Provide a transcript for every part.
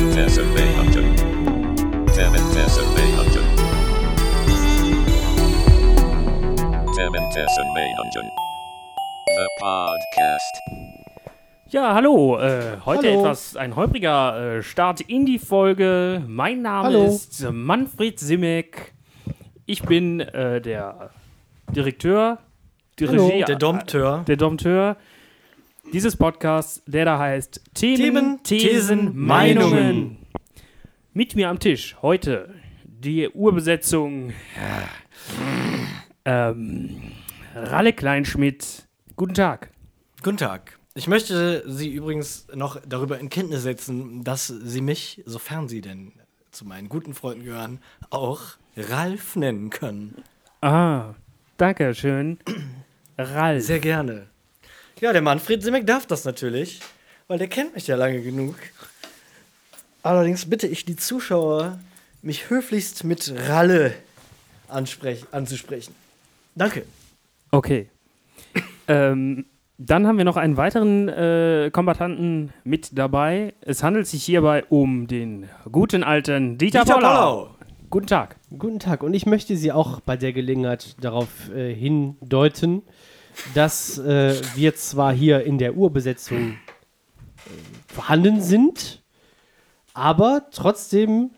Messebeate. Tablet Messebeate. Tablet Messebeate. The podcast. Ja, hallo. Äh, heute Hallo. etwas ein holpriger äh, Start in die Folge. Mein Name Hallo. ist Manfred Simek. Ich bin äh, der Direkteur, die Hallo. Regie, Der Dompteur. der Dompteur dieses Podcasts, der da heißt Themen, Themen, Thesen, Meinungen. Mit mir am Tisch heute die Urbesetzung ähm, Ralle Kleinschmidt. Guten Tag. Guten Tag. Ich möchte Sie übrigens noch darüber in Kenntnis setzen, dass Sie mich, sofern Sie denn zu meinen guten Freunden gehören, auch Ralf nennen können. Ah, danke schön. Ralf. Sehr gerne. Ja, der Manfred Simek darf das natürlich, weil der kennt mich ja lange genug. Allerdings bitte ich die Zuschauer, mich höflichst mit Ralle ansprech anzusprechen. Danke. okay. ähm, dann haben wir noch einen weiteren äh, Kombatanten mit dabei. Es handelt sich hierbei um den guten alten Dieter, Dieter Pollau. Pollau. Guten Tag. Guten Tag und ich möchte Sie auch bei der Gelegenheit darauf äh, hindeuten, dass äh, wir zwar hier in der Urbesetzung äh, vorhanden sind, aber trotzdem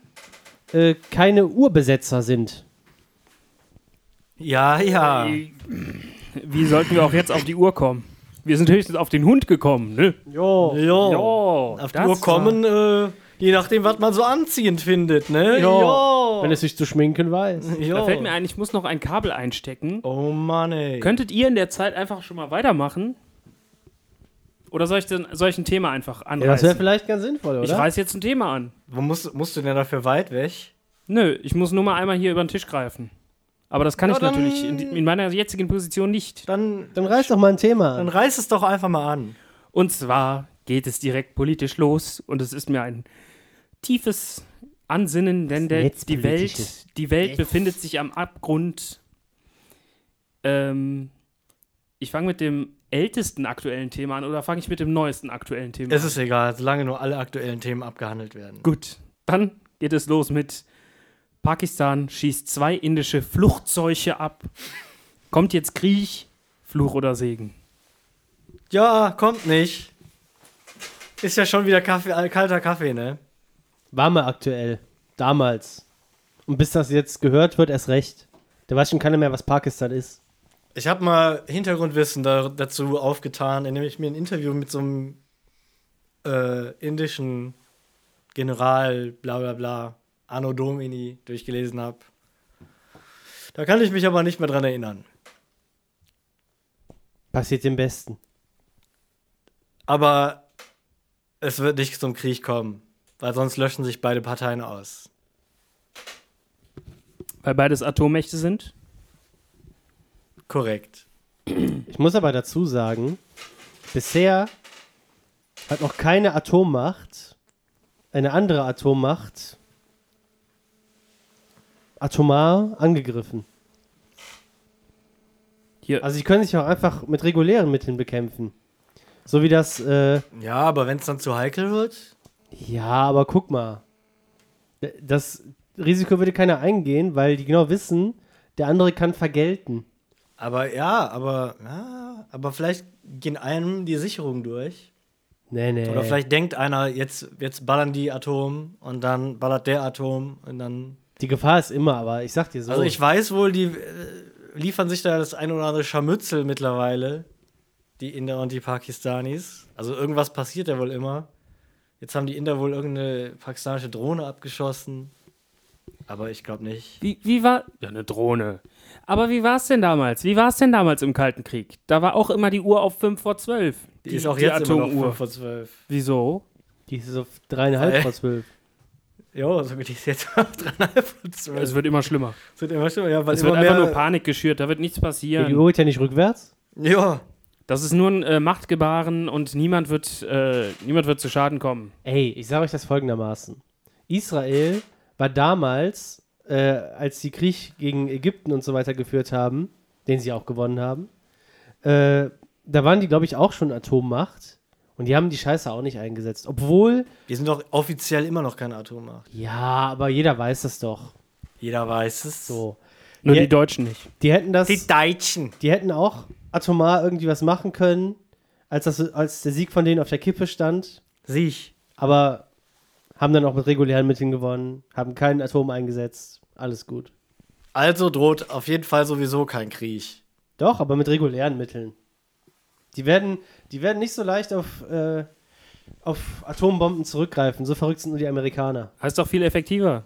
äh, keine Urbesetzer sind. Ja, ja. Wie sollten wir auch jetzt auf die Uhr kommen? Wir sind höchstens auf den Hund gekommen, ne? Jo. Jo. Jo, Oh, Auf die das Uhr kommen, äh, je nachdem, was man so anziehend findet, ne? Jo. Wenn es sich zu schminken weiß. Jo. Da fällt mir ein, ich muss noch ein Kabel einstecken. Oh Mann, ey. Könntet ihr in der Zeit einfach schon mal weitermachen? Oder soll ich, denn, soll ich ein Thema einfach Ja, das wäre anreißen? vielleicht ganz sinnvoll, ich oder? reiß jetzt ein Thema an. Wo musst, musst du denn dafür weit weg? Nö, ich muss nur mal einmal hier über den Tisch greifen. Aber das kann Ja, ich dann- natürlich in, in meiner jetzigen Position nicht. Dann, Dann reiß doch mal ein Thema. dann an. reiß es doch einfach mal an. Und zwar geht es direkt politisch los und es ist mir ein tiefes Ansinnen, denn der, Jetzt die Welt, politisches. die Welt befindet sich am Abgrund. Ähm, ich fange mit dem ältesten aktuellen Thema an oder fange ich mit dem neuesten aktuellen Thema Es an? ist egal, solange nur alle aktuellen Themen abgehandelt werden. Gut, dann geht es los mit Pakistan schießt zwei indische Fluchtzeuge ab. Kommt jetzt Krieg, Fluch oder Segen? Ja, kommt nicht. Ist ja schon wieder Kaffee, äh, kalter Kaffee, ne? War mal aktuell. Damals. Und bis das jetzt gehört wird, erst recht. Da weiß schon keiner mehr, was Pakistan ist. Ich habe mal Hintergrundwissen da, dazu aufgetan, indem ich mir ein Interview mit so einem äh, indischen General, bla bla bla, Anno Domini durchgelesen habe. Da kann ich mich aber nicht mehr dran erinnern. Passiert dem Besten. Aber es wird nicht zum Krieg kommen, weil sonst löschen sich beide Parteien aus. Weil beides Atommächte sind? Korrekt. Ich muss aber dazu sagen, bisher hat noch keine Atommacht eine andere Atommacht atomar angegriffen. Hier, Also sie können sich auch einfach mit regulären Mitteln bekämpfen. So wie das, äh, Ja, aber wenn es dann zu heikel wird, ja, aber guck mal. D- Das Risiko würde keiner eingehen, weil die genau wissen, der andere kann vergelten. aber ja, aber ja, aber vielleicht gehen einem die Sicherungen durch. Nee, nee. Oder vielleicht denkt einer, jetzt, jetzt ballern die Atom und dann ballert der Atom und dann. Die Gefahr ist immer, aber ich sag dir so. Also ich weiß wohl, die äh, liefern sich da das ein oder andere Scharmützel mittlerweile, die Inder und die Pakistanis. Also irgendwas passiert ja wohl immer. Jetzt haben die Inder wohl irgendeine pakistanische Drohne abgeschossen. Aber ich glaube nicht. wie, wie war. Ja, eine Drohne. Aber wie war es denn damals? Wie war es denn damals im Kalten Krieg? Da war auch immer die Uhr auf 5 vor 12. Die, ist auch jetzt immer noch Atomuhr. 5 vor 12. Wieso? die ist auf dreieinhalb Äh. vor zwölf. Jo, sogar die ist jetzt auch 3,5 vor 12. Es wird immer schlimmer. Es wird immer schlimmer, ja, weil Also Es wird Also immer einfach mehr- nur Panik geschürt, da wird nichts Die passieren. Uhr geht ja nicht rückwärts. Ja, Das ist nur ein äh, Machtgebaren und niemand wird, äh, niemand wird zu Schaden kommen. Ey, ich sage euch das folgendermaßen. Israel war damals, äh, als sie Krieg gegen Ägypten und so weiter geführt haben, den sie auch gewonnen haben, äh, da waren die, glaube ich, auch schon Atommacht. Und die haben die Scheiße auch nicht eingesetzt. Obwohl, Wir sind doch offiziell immer noch keine Atommacht. ja, aber jeder weiß das doch. Jeder weiß es. So. Nur Ja. die Deutschen nicht. Die hätten das. Die Deutschen. Die hätten auch atomar irgendwie was machen können, als, das, als der Sieg von denen auf der Kippe stand, Sich. aber haben dann auch mit regulären Mitteln gewonnen, haben keinen Atom eingesetzt, alles gut. Also droht auf jeden Fall sowieso kein Krieg. Doch, aber mit regulären Mitteln. Die werden, die werden nicht so leicht auf, äh, auf Atombomben zurückgreifen, so verrückt sind nur die Amerikaner. Heißt doch viel effektiver.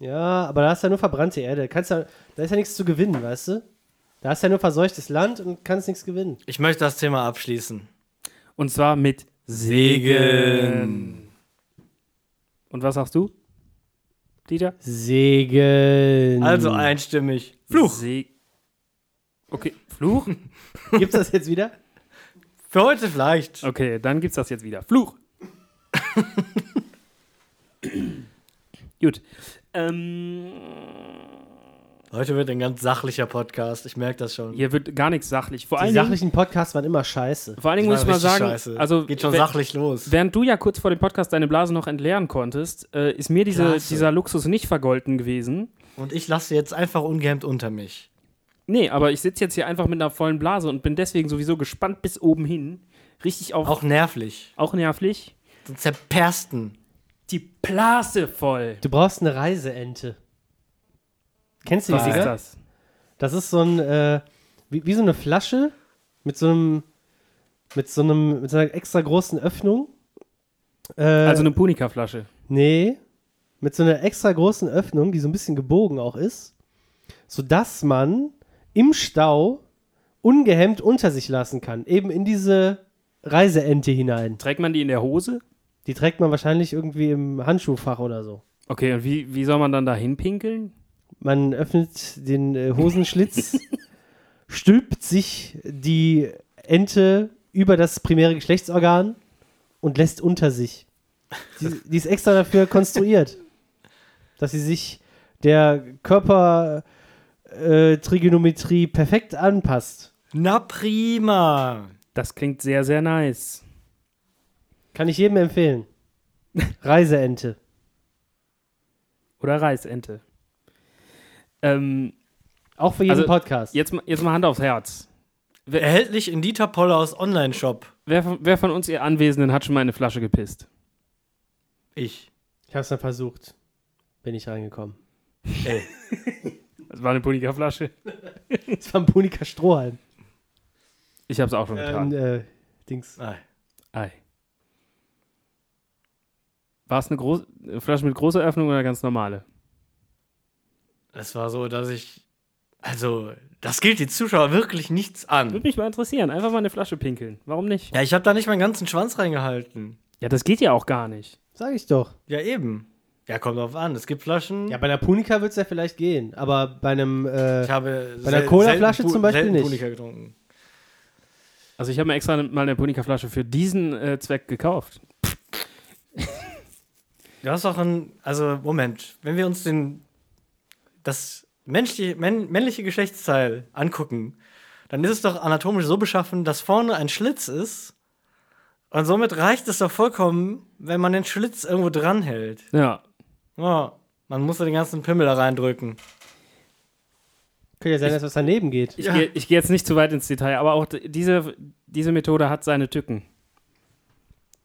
Ja, aber da hast du ja nur verbrannte Erde, kannst ja, da ist ja nichts zu gewinnen, weißt du? Da hast du ja nur verseuchtes Land und kannst nichts gewinnen. Ich möchte das Thema abschließen. Und zwar mit Segen. Und was sagst du, Dieter? Segen. Also einstimmig. Fluch. Se okay, Fluch? Gibt's das jetzt wieder? Für heute vielleicht. Okay, dann gibt's das jetzt wieder. Fluch. Gut. Ähm, Heute wird ein ganz sachlicher Podcast. Ich merke das schon. hier wird gar nichts sachlich. Vor Die allen, Dingen, sachlichen Podcasts waren immer scheiße. vor allen Dingen muss ich war mal richtig sagen, scheiße. also Geht schon wenn- sachlich los. Während du ja kurz vor dem Podcast deine Blase noch entleeren konntest, äh, ist mir diese, Klasse. dieser Luxus nicht vergolten gewesen. Und ich lasse jetzt einfach ungehemmt unter mich. Nee, aber ich sitze jetzt hier einfach mit einer vollen Blase und bin deswegen sowieso gespannt bis oben hin. Richtig auf, auch, Auch nervlich. nervlich. So zerpersten. Die Blase voll. Du brauchst eine Reiseente. Kennst du die? Was ist Digga? das? Das ist so ein äh, wie, wie so eine Flasche mit so einem mit so einem mit so einer extra großen Öffnung. Äh, Also eine Punika-Flasche. nee, mit so einer extra großen Öffnung, die so ein bisschen gebogen auch ist, so dass man im Stau ungehemmt unter sich lassen kann, eben in diese Reiseente hinein. Trägt man die in der Hose? Die trägt man wahrscheinlich irgendwie im Handschuhfach oder so. Okay, und wie, wie soll man dann da hinpinkeln? Man öffnet den äh, Hosenschlitz, stülpt sich die Ente über das primäre Geschlechtsorgan und lässt unter sich. Die, die ist extra dafür konstruiert, dass sie sich der Körpertrigonometrie äh, Trigonometrie perfekt anpasst. Na prima. Das klingt sehr, sehr nice. Kann ich jedem empfehlen. Reiseente. Oder Reisente. Ähm, Auch für jeden Also, Podcast. jetzt, ma- jetzt mal Hand aufs Herz. Erhältlich in Dieter Pollaus Online-Shop. Wer von, wer von uns, ihr Anwesenden, hat schon mal eine Flasche gepisst? Ich. Ich habe es dann versucht. Bin ich reingekommen. Ey. Das war eine Punika-Flasche. Das war ein Punika Strohhalm. Ich hab's auch schon getan. Ähm, äh, Dings. Nein. Ei. War es eine, groß, eine Flasche mit großer Öffnung oder ganz normale? Es war so, dass ich. Also, das gilt die Zuschauer wirklich nichts an. Würde mich mal interessieren. Einfach mal eine Flasche pinkeln. Warum nicht? Ja, ich habe da nicht meinen ganzen Schwanz reingehalten. Ja, das geht ja auch gar nicht. Sag ich doch. Ja, eben. Ja, kommt drauf an. Es gibt Hm? Flaschen. Ja, bei einer Punika wird es ja vielleicht gehen, aber bei einem. Äh, ich habe Bei der sel- Cola-Flasche selten Pu- zum Beispiel selten nicht. Punika getrunken. Also ich habe mir extra mal eine Punika-Flasche für diesen äh, Zweck gekauft. Du hast doch ein. Also, Moment. Wenn wir uns den. Das menschliche, männ, männliche Geschlechtsteil angucken, dann ist es doch anatomisch so beschaffen, dass vorne ein Schlitz ist. Und somit reicht es doch vollkommen, wenn man den Schlitz irgendwo dran hält. Ja. Ja. Man muss ja den ganzen Pimmel da reindrücken. könnte ja sein, dass was daneben geht. Ich Ja. gehe ich geh jetzt nicht zu weit ins Detail, aber auch d- diese, diese Methode hat seine Tücken.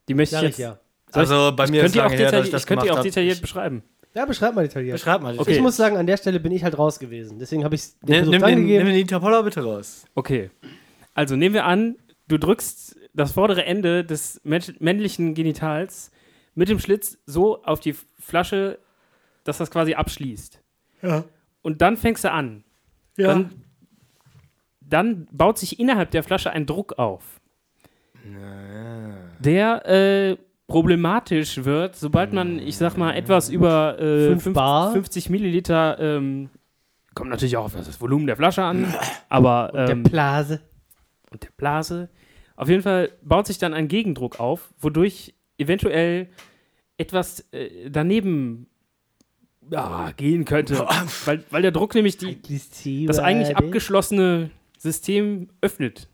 Die möchte ich Sag ich jetzt... ja. Soll ich- Also bei mir könnt ist ihr auch lange her, dass detailliert, ich das ich könnt ihr gemacht auch hab. detailliert Ich- beschreiben. Ja, beschreib mal Italien. Beschreib mal. Okay. Ich muss sagen, an der Stelle bin ich halt raus gewesen. Deswegen habe ich den Nimm, Versuch nimm, den, nimm angegeben. den Interpoller bitte raus. Okay. Also nehmen wir an, du drückst das vordere Ende des Mensch- männlichen Genitals mit dem Schlitz so auf die Flasche, dass das quasi abschließt. Ja. Und dann fängst du an. Ja. Dann, dann baut sich innerhalb der Flasche ein Druck auf, der äh, problematisch wird, sobald man, ich sag mal, etwas über äh, Fünf fünf- Bar. 50 Milliliter ähm, kommt natürlich auch auf das Volumen der Flasche an, aber ähm, der Blase. und der Blase. Auf jeden Fall baut sich dann ein Gegendruck auf, wodurch eventuell etwas äh, daneben ja, gehen könnte, weil, weil der Druck nämlich die, das eigentlich abgeschlossene System öffnet.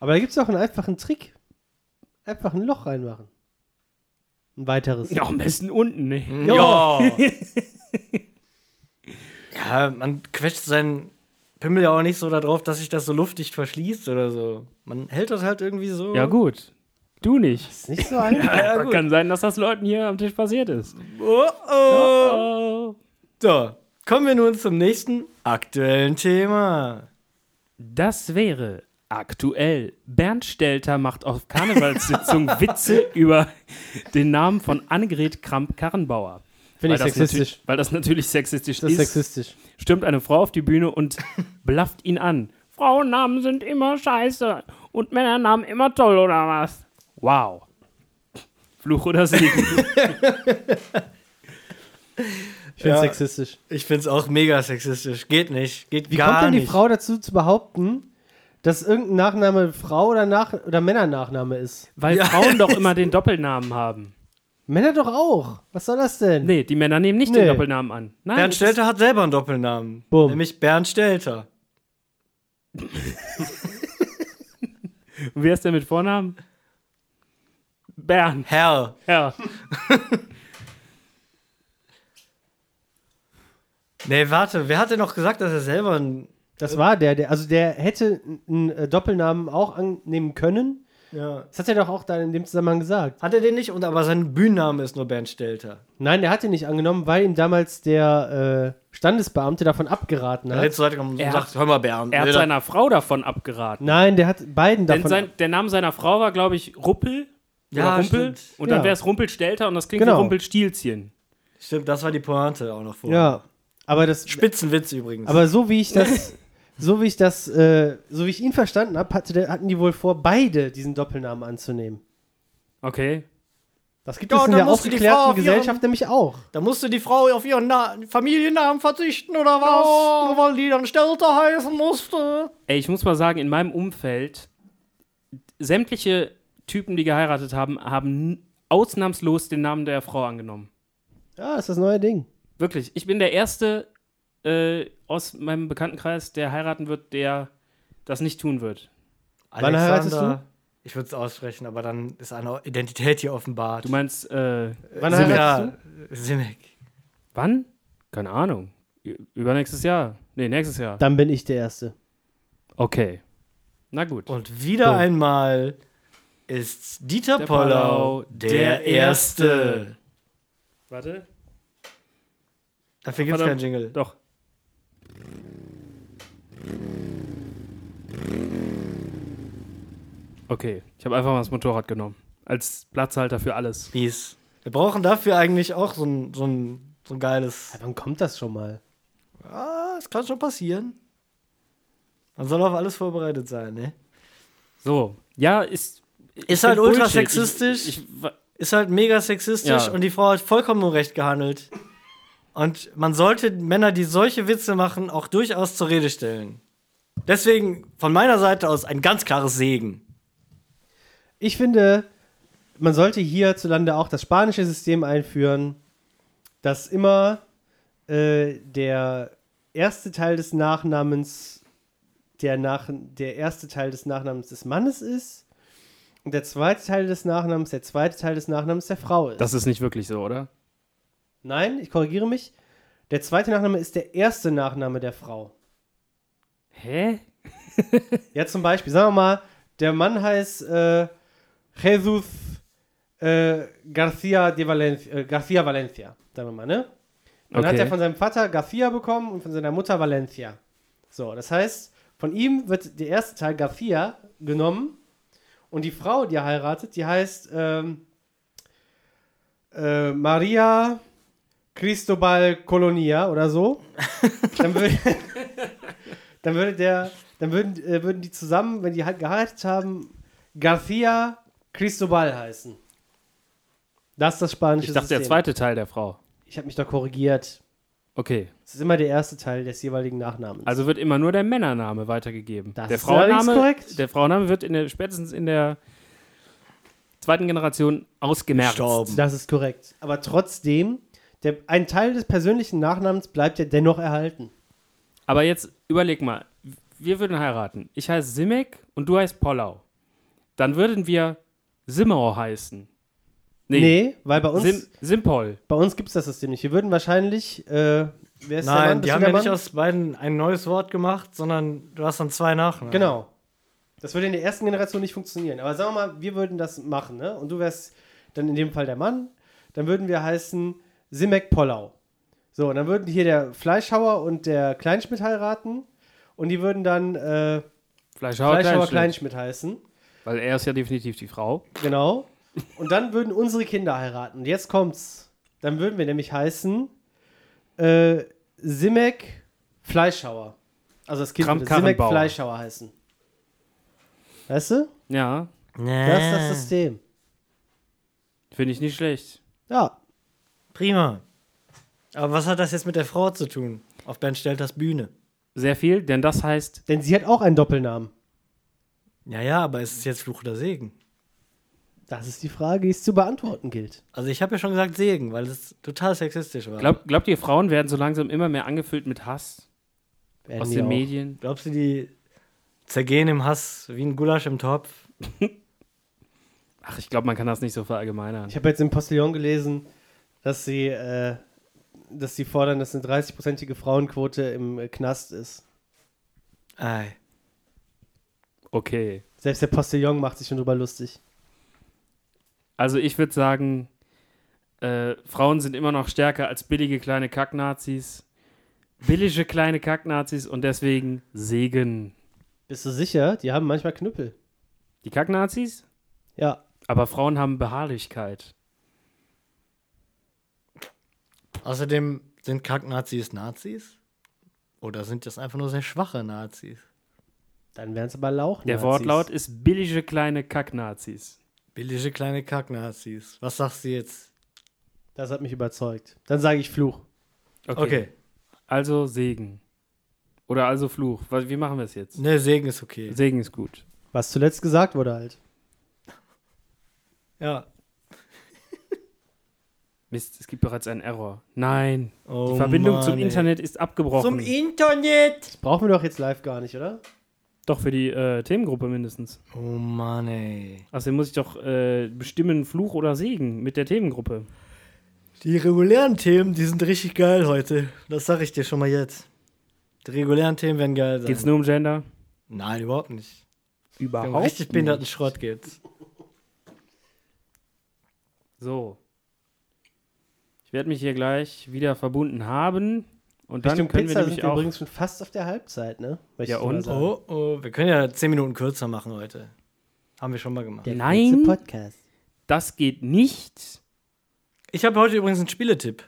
Aber da gibt es auch einen einfachen Trick. Einfach ein Loch reinmachen. Ein weiteres. Ja, am besten unten, Mhm. ne? Ja. ja, man quetscht seinen Pimmel ja auch nicht so darauf, dass sich das so luftdicht verschließt oder so. Man hält das halt irgendwie so. Ja, gut. Du nicht. Ist nicht so einfach. Aber Kann sein, dass das Leuten hier am Tisch passiert ist. Oh, oh. Oh. So, kommen wir nun zum nächsten aktuellen Thema. Das wäre aktuell. Bernd Stelter macht auf Karnevalssitzung Witze über den Namen von Annegret Kramp-Karrenbauer. Finde ich Weil das sexistisch. natürlich- Weil das natürlich sexistisch Das ist ist. sexistisch. Stürmt eine Frau auf die Bühne und blafft ihn an. Frauennamen sind immer scheiße und Männernamen immer toll, oder was? Wow. Fluch oder Segen. Ich finde es Ja. sexistisch. Ich find's auch mega sexistisch. Geht nicht. Geht Wie gar kommt denn die nicht. Frau dazu zu behaupten, dass irgendein Nachname Frau oder, nach oder Männernachname ist? Weil Ja. Frauen doch immer den Doppelnamen haben. Männer doch auch. Was soll das denn? Nee, die Männer nehmen nicht Nee. den Doppelnamen an. Nein, Bernd es ist- Stelter hat selber einen Doppelnamen. Bumm. Nämlich Bernd Stelter. Und wer ist der mit Vornamen? Bernd. Herr. Ja. Nee, warte, wer hat denn noch gesagt, dass er selber einen. Das war der, der, also der hätte einen äh, Doppelnamen auch annehmen können. Ja. Das hat er doch auch dann in dem Zusammenhang gesagt. Hat er den nicht? Und aber sein Bühnenname ist nur Bernd Stelter. Nein, der hat ihn nicht angenommen, weil ihm damals der äh, Standesbeamte davon abgeraten Da hat. hättest du halt gekommen und Er gesagt, hör mal, Bernd. Er hat nee, seiner Frau davon abgeraten. Nein, der hat beiden Denn davon. sein, der Name seiner Frau war, glaube ich, Ruppel. Ja, oder Rumpel. stimmt. Und dann Ja. wäre es Rumpelstelter und das klingt Genau. wie Rumpelstilzchen. das- stimmt, das war die Pointe auch noch vor. ja, aber das, Spitzenwitz übrigens. aber so wie ich das, so wie ich das, äh, so wie ich ihn verstanden habe, hatte, der- hatten die wohl vor, beide diesen Doppelnamen anzunehmen. Okay. Das gibt Ja, es in dann der musst du die Frau aufgeklärten auf ihren- Gesellschaft nämlich auch. da musste die Frau auf ihren Na Familiennamen verzichten oder was? Nur weil die dann Stelter heißen musste. Ey, ich muss mal sagen, in meinem Umfeld, sämtliche Typen, die geheiratet haben, haben n- ausnahmslos den Namen der Frau angenommen. Ja, ist das neue Ding. Wirklich. Ich bin der Erste äh, aus meinem Bekanntenkreis, der heiraten wird, der das nicht tun wird. Wann heiratest Alexander, Ich würde es aussprechen, aber dann ist eine Identität hier offenbart. Du meinst, äh, Wann Simek. heiratest Ja, Simek. wann? Keine Ahnung. Ü- Übernächstes Jahr. Nee, nächstes Jahr. Dann bin ich der Erste. Okay. Na gut. Und wieder So. einmal ist Dieter Der Pollau Pollau der der Erste. Erste. Warte. Dafür gibt es keinen Verdammt. Jingle. Doch. Okay, ich habe einfach mal das Motorrad genommen. Als Platzhalter für alles. Mies. Wir brauchen dafür eigentlich auch so ein, so ein, so ein geiles. Ja, wann kommt das schon mal? Ah, es kann schon passieren. Man soll auf alles vorbereitet sein, ne? So. Ja, ist. Ist halt bin ultra Bullshit. Ich- sexistisch. Ich, ich, wa- Ist halt mega sexistisch Ja. und die Frau hat vollkommen unrecht gehandelt. Und man sollte Männer, die solche Witze machen, auch durchaus zur Rede stellen. Deswegen von meiner Seite aus ein ganz klares Segen. Ich finde, man sollte hierzulande auch das spanische System einführen, dass immer äh, der erste Teil des Nachnamens der, Nach der erste Teil des Nachnamens des Mannes ist und der zweite Teil des Nachnamens der zweite Teil des Nachnamens der Frau ist. das ist nicht wirklich so, oder? Nein, ich korrigiere mich. Der zweite Nachname ist der erste Nachname der Frau. Hä? Ja, zum Beispiel, sagen wir mal, der Mann heißt äh, Jesus äh, Garcia de Valencia, äh, Garcia Valencia, sagen wir mal, ne? Dann hat Okay. er von seinem Vater Garcia bekommen und von seiner Mutter Valencia. So, das heißt, von ihm wird der erste Teil Garcia genommen und die Frau, die er heiratet, die heißt ähm, äh, Maria Cristobal Colonia oder so. Dann würde, dann würde der, dann würden, äh, würden die zusammen, wenn die halt geheiratet haben, Garcia Cristobal heißen. Das ist das spanische Ich dachte, der System. zweite Teil der Frau. Ich habe mich da korrigiert. Okay. Es ist immer der erste Teil des jeweiligen Nachnamens. Also wird immer nur der Männername weitergegeben. Das der ist allerdings Frauenname, korrekt. Der Frauenname wird in der, spätestens in der zweiten Generation ausgemerzt. Gestorben. das ist korrekt. Aber trotzdem, der, ein Teil des persönlichen Nachnamens bleibt ja dennoch erhalten. Aber jetzt überleg mal, wir würden heiraten. Ich heiße Simek und du heißt Pollau. Dann würden wir Simmer heißen. Nee, weil bei uns, Sim Simpol. bei uns gibt es das System nicht. Wir würden wahrscheinlich. Äh, wer ist der Mann? Nein, Bist die du haben der ja nicht Mann? aus beiden ein neues Wort gemacht, sondern du hast dann zwei Nachnamen. Genau. Das würde in der ersten Generation nicht funktionieren. Aber sagen wir mal, wir würden das machen, ne? Und du wärst dann in dem Fall der Mann. Dann würden wir heißen Simek Pollau. So, und dann würden hier der Fleischhauer und der Kleinschmidt heiraten. Und die würden dann äh, Fleischhauer, Fleischhauer Kleinschmidt. Kleinschmidt heißen. Weil er ist ja definitiv die Frau. Genau. Und dann würden unsere Kinder heiraten. Und Jetzt kommt's. Dann würden wir nämlich heißen äh, Simek Fleischhauer. Also das Kind Kram würde Simek Karrenbauer. Fleischhauer heißen. Weißt du? Ja, Das ist das Ah. System. finde ich nicht schlecht. Ja. Prima. Aber was hat das jetzt mit der Frau zu tun? Auf Ben stellt das Bühne. Sehr viel, denn das heißt, Denn sie hat auch einen Doppelnamen. Ja, ja, aber ist es jetzt Fluch oder Segen? Das ist die Frage, die es zu beantworten gilt. Also ich habe ja schon gesagt Segen, weil es total sexistisch war. glaub, glaubt ihr, Frauen werden so langsam immer mehr angefüllt mit Hass Werden aus die den auch. Medien? Glaubst du, die zergehen im Hass wie ein Gulasch im Topf? Ach, ich glaube, man kann das nicht so verallgemeinern. Ich habe jetzt im Postillon gelesen, dass sie, äh, dass sie fordern, dass eine 30-prozentige Frauenquote im äh, Knast ist. Ei. Okay. Selbst der Postillon macht sich schon drüber lustig. Also ich würde sagen, äh, Frauen sind immer noch stärker als billige kleine Kacknazis. Billige kleine Kacknazis und deswegen Segen. Bist du sicher? Die haben manchmal Knüppel. Die Kacknazis? Ja. Aber Frauen haben Beharrlichkeit. Außerdem sind Kack-Nazis Nazis? Oder sind das einfach nur sehr schwache Nazis? Dann wären es aber Lauch. Der Wortlaut ist billige kleine Kacknazis. Billige kleine Kack-Nazis. Was sagst du jetzt? Das hat mich überzeugt. Dann sage ich Fluch. Okay. Also Segen. Oder also Fluch. Was- Wie machen wir es jetzt? Ne, Segen ist okay. Segen ist gut. Was zuletzt gesagt wurde halt. Ja. Mist, es gibt bereits einen Error. Nein. Oh Die Verbindung Mann, zum ey. Internet ist abgebrochen. Zum E- Internet! Brauchen wir doch jetzt live gar nicht, oder? doch, für die äh, Themengruppe mindestens. Oh Mann, ey. Außerdem muss ich doch äh, bestimmen, Fluch oder Segen mit der Themengruppe. Die regulären Themen, die sind richtig geil heute. Das sag ich dir schon mal jetzt. Die regulären Themen werden geil sein. Geht's nur um Gender? Nein, überhaupt nicht. Wir haben Überhaupt richtig behinderten Schrott geht's. So. Ich werde mich hier gleich wieder verbunden haben. Und dann Richtung können wir Pizza sind nämlich wir auch... übrigens schon fast auf der Halbzeit, ne? Möchte Ja, ich mal und? sagen. Oh, oh, wir können ja 10 Minuten kürzer machen heute. Haben wir schon mal gemacht. Der Nein. kurze Podcast. Das geht nicht. Ich habe heute übrigens einen Spieletipp.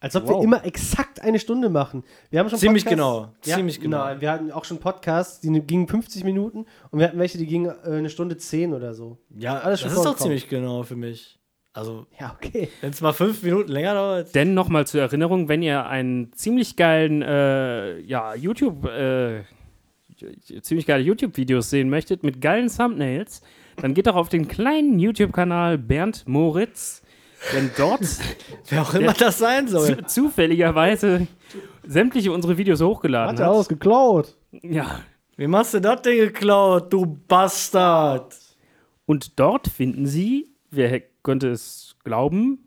Als ob Wow. wir immer exakt eine Stunde machen. Wir haben schon Ziemlich Podcasts- genau, ziemlich genau. Nein, wir hatten auch schon Podcasts, die gingen 50 Minuten und wir hatten welche, die gingen äh, eine Stunde 10 oder so. Ja, Alles schon das ist doch vorgekommen. ziemlich genau für mich. Also, Ja, okay. wenn es mal fünf Minuten länger dauert. Denn nochmal zur Erinnerung, wenn ihr einen ziemlich geilen, äh, ja, YouTube, äh, ziemlich geile YouTube-Videos sehen möchtet mit geilen Thumbnails, dann geht doch auf den kleinen YouTube-Kanal Bernd Moritz, denn dort Wer auch immer das sein soll. zu, zufälligerweise sämtliche unsere Videos hochgeladen Hat hat. er ausgeklaut. Ja. Wie machst du das denn geklaut, du Bastard? Und dort finden Sie, wer könnte es glauben,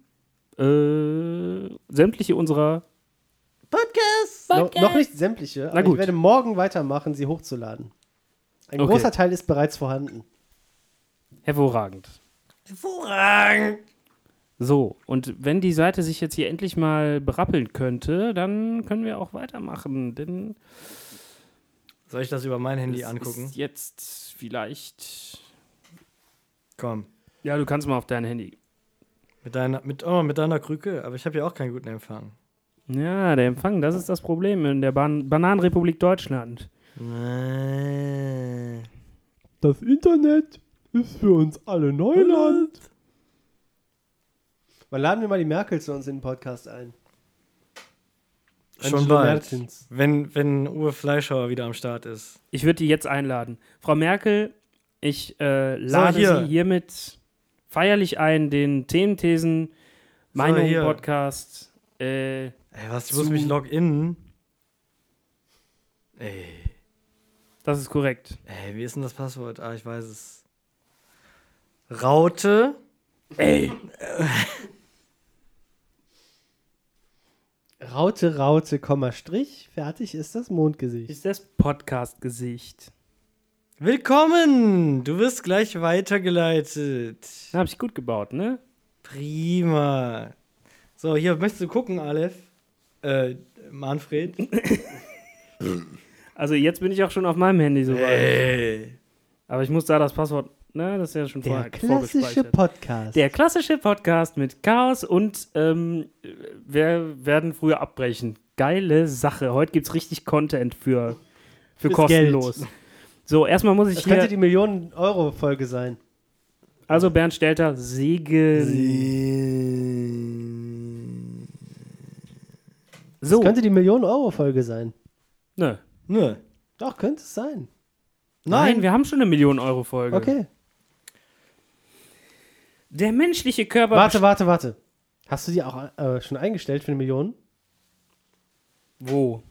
äh, sämtliche unserer Podcast! No, noch nicht sämtliche, aber gut. ich werde morgen weitermachen, sie hochzuladen. Ein Okay. großer Teil ist bereits vorhanden. hervorragend. Hervorragend! So, und wenn die Seite sich jetzt hier endlich mal berappeln könnte, dann können wir auch weitermachen, denn Soll ich das über mein Handy es angucken? ist jetzt vielleicht... Komm. Ja, du kannst mal auf dein Handy. Mit deiner, mit, oh, mit deiner Krücke, aber ich habe ja auch keinen guten Empfang. Ja, der Empfang, das ist das Problem in der Ban Bananenrepublik Deutschland. Nee. Das Internet ist für uns alle Neuland. Wann laden wir mal die Merkel zu uns in den Podcast ein? Schon Angela bald. Mertens. Wenn, wenn Uwe Fleischhauer wieder am Start ist. Ich würde die jetzt einladen. Frau Merkel, ich äh, lade hier. Sie hiermit feierlich ein, den Thementhesen, Meinung, hier. Podcast, äh, Ey, was, ich muss mich login. Ey, das ist korrekt. ey, wie ist denn das Passwort? Ah, ich weiß es. Raute. Raute, Raute, Komma, Strich. Fertig ist das Mondgesicht. Ist das Podcast-Gesicht? Willkommen! Du wirst gleich weitergeleitet. Habe ich gut gebaut, ne? Prima. So, hier möchtest du gucken, Aleph. Äh, Manfred. Also jetzt bin ich auch schon auf meinem Handy soweit. Hey. Aber ich muss da das Passwort. Na, das ist ja schon Der vorher klassische vorgespeichert. Podcast. Der klassische Podcast mit Chaos und ähm, wir werden früher abbrechen. Geile Sache. Heute gibt's richtig Content für, für Fürs kostenlos. So, erstmal muss ich das könnte hier. die Millionen-Euro-Folge sein. Also Bernd Stelter, Segen. Das so. könnte die Millionen-Euro-Folge sein. Nö. Nö. Doch, könnte es sein. Nein, Nein. wir haben schon eine Million Euro Folge. Okay. Der menschliche Körper. Warte, warte, warte. Hast du die auch äh, schon eingestellt für eine Million? Wo?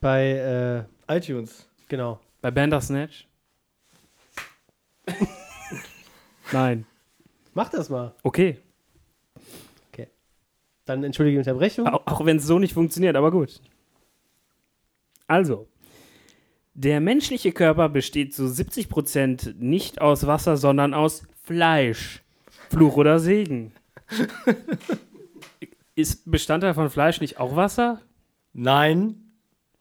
Bei, äh, iTunes. genau. Bei Bandersnatch? Nein. Mach das mal. Okay. Dann entschuldige die Unterbrechung. Au- Auch wenn es so nicht funktioniert, aber gut. Also, der menschliche Körper besteht zu 70% nicht aus Wasser, sondern aus Fleisch. Fluch oder Segen. Ist Bestandteil von Fleisch nicht auch Wasser? Nein.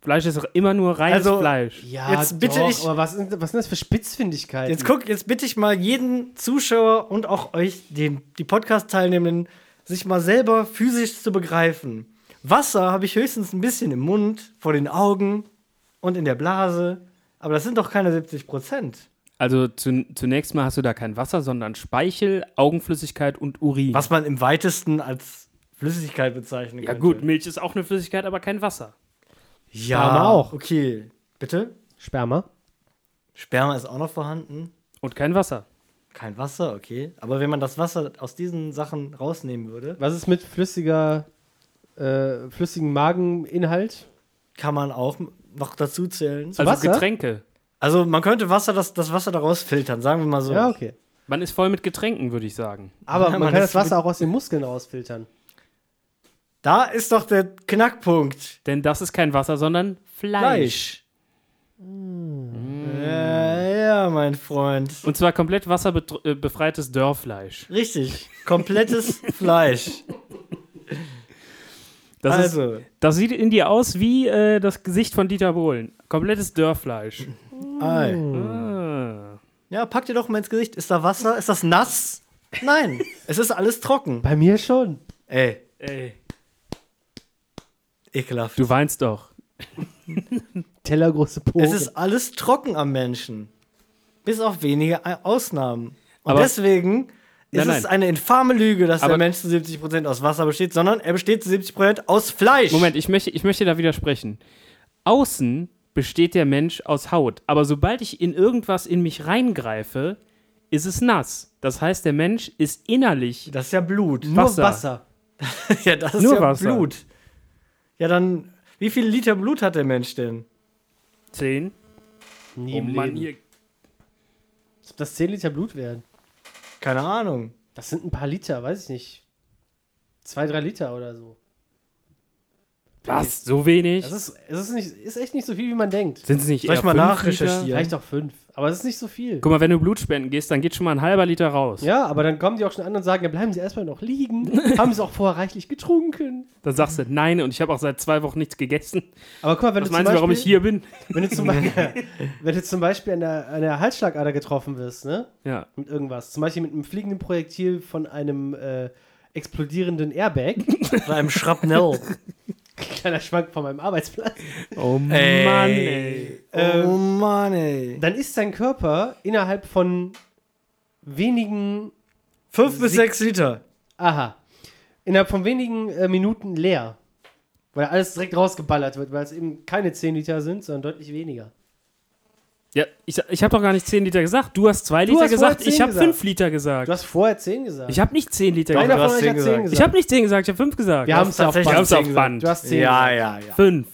Fleisch ist doch immer nur reines Also, Fleisch. Ja, Jetzt bitte doch, ich- aber was, sind- was sind das für Spitzfindigkeiten? Jetzt guck, jetzt bitte ich mal jeden Zuschauer und auch euch, den, die Podcast-Teilnehmenden, sich mal selber physisch zu begreifen. Wasser habe ich höchstens ein bisschen im Mund, vor den Augen und in der Blase. Aber das sind doch keine 70 Prozent. Also zu, zunächst mal hast du da kein Wasser, sondern Speichel, Augenflüssigkeit und Urin. Was man im weitesten als Flüssigkeit bezeichnen Ja könnte. gut, Milch ist auch eine Flüssigkeit, aber kein Wasser. Ja, Sperma auch. Okay. Bitte? Sperma. Sperma ist auch noch vorhanden. Und kein Wasser. Kein Wasser, okay. Aber wenn man das Wasser aus diesen Sachen rausnehmen würde, Was ist mit flüssiger, äh, flüssigen Mageninhalt? kann man auch noch dazu zählen. Also Wasser? Getränke. Also man könnte Wasser, das, das Wasser daraus filtern, sagen wir mal so. Ja, okay. Man ist voll mit Getränken, würde ich sagen. Aber Ja, man, man kann ist das Wasser auch aus den Muskeln rausfiltern. Da ist doch der Knackpunkt. Denn das ist kein Wasser, sondern Fleisch. Fleisch. Ja, ja, mein Freund. Und zwar komplett wasserbefreites Dörrfleisch. Richtig. Komplettes Fleisch. Das, ist, also, das sieht in dir aus wie äh, das Gesicht von Dieter Bohlen. Komplettes Dörrfleisch. Ei. Ah. Ja, pack dir doch mal ins Gesicht. Ist da Wasser? Ist das nass? Nein. es ist alles trocken. Bei mir schon. Ey, Ey, ekelhaft. du weinst doch. Tellergroße Poren. Es ist alles trocken am Menschen. Bis auf wenige Ei- Ausnahmen. Und Aber- deswegen ist Nein, es nein. eine infame Lüge, dass Aber- der Mensch zu 70% aus Wasser besteht, sondern er besteht zu 70% aus Fleisch. Moment, ich möchte, ich möchte da widersprechen. Außen besteht der Mensch aus Haut, aber sobald ich in irgendwas in mich reingreife, ist es nass. Das heißt, der Mensch ist innerlich Das ist ja Blut. nur Wasser. Wasser. ja, das ist Nur ja Wasser. Blut. Ja, dann, wie viele Liter Blut hat der Mensch denn? 10. Nie Oh im Mann, Leben. hier. Als ob Das 10 Liter Blut wären. Keine Ahnung. Das sind ein paar Liter, weiß ich nicht. Zwei, drei Liter oder so. Was? So wenig? Das ist, es ist, nicht, ist echt nicht so viel, wie man denkt. Sind es nicht Soll ich eher mal fünf nachrecherchieren? Liter? Vielleicht auch fünf. Aber es ist nicht so viel. Guck mal, wenn du Blut spenden gehst, dann geht schon mal ein halber Liter raus. Ja, aber dann kommen die auch schon an und sagen, ja, bleiben sie erstmal noch liegen. Haben sie auch vorher reichlich getrunken. Dann sagst du, nein, und ich habe auch seit zwei Wochen nichts gegessen. Aber guck mal, wenn Was meinst du zum du, Beispiel, warum ich hier bin? Wenn du zum Beispiel, wenn du zum Beispiel an, der, an der Halsschlagader getroffen wirst, ne? Ja. Mit irgendwas. Zum Beispiel mit einem fliegenden Projektil von einem äh, explodierenden Airbag. Bei einem Schrapnell. Kleiner Schwank von meinem Arbeitsplatz. Oh Mann, ey. Oh Mann, ey. Dann ist dein Körper innerhalb von wenigen, Fünf bis Sieg- sechs Liter. aha, innerhalb von wenigen äh, Minuten leer. Weil alles direkt rausgeballert wird, weil es eben keine 10 Liter sind, sondern deutlich weniger. Ja, ich, ich habe doch gar nicht 10 Liter gesagt. Du hast 2 Liter hast vorher gesagt, ich 10 habe gesagt. 5 Liter Du gesagt. hast vorher 10 gesagt. Ich habe nicht 10 Liter Doch, Einer gesagt. du hast von euch 10 hat 10 gesagt. gesagt. Ich habe nicht 10 gesagt, ich habe 5 gesagt. Wir haben es auf tatsächlich ich Band. hab's auf gesagt. Band. Du hast 10 Ja, ja, ja. 5.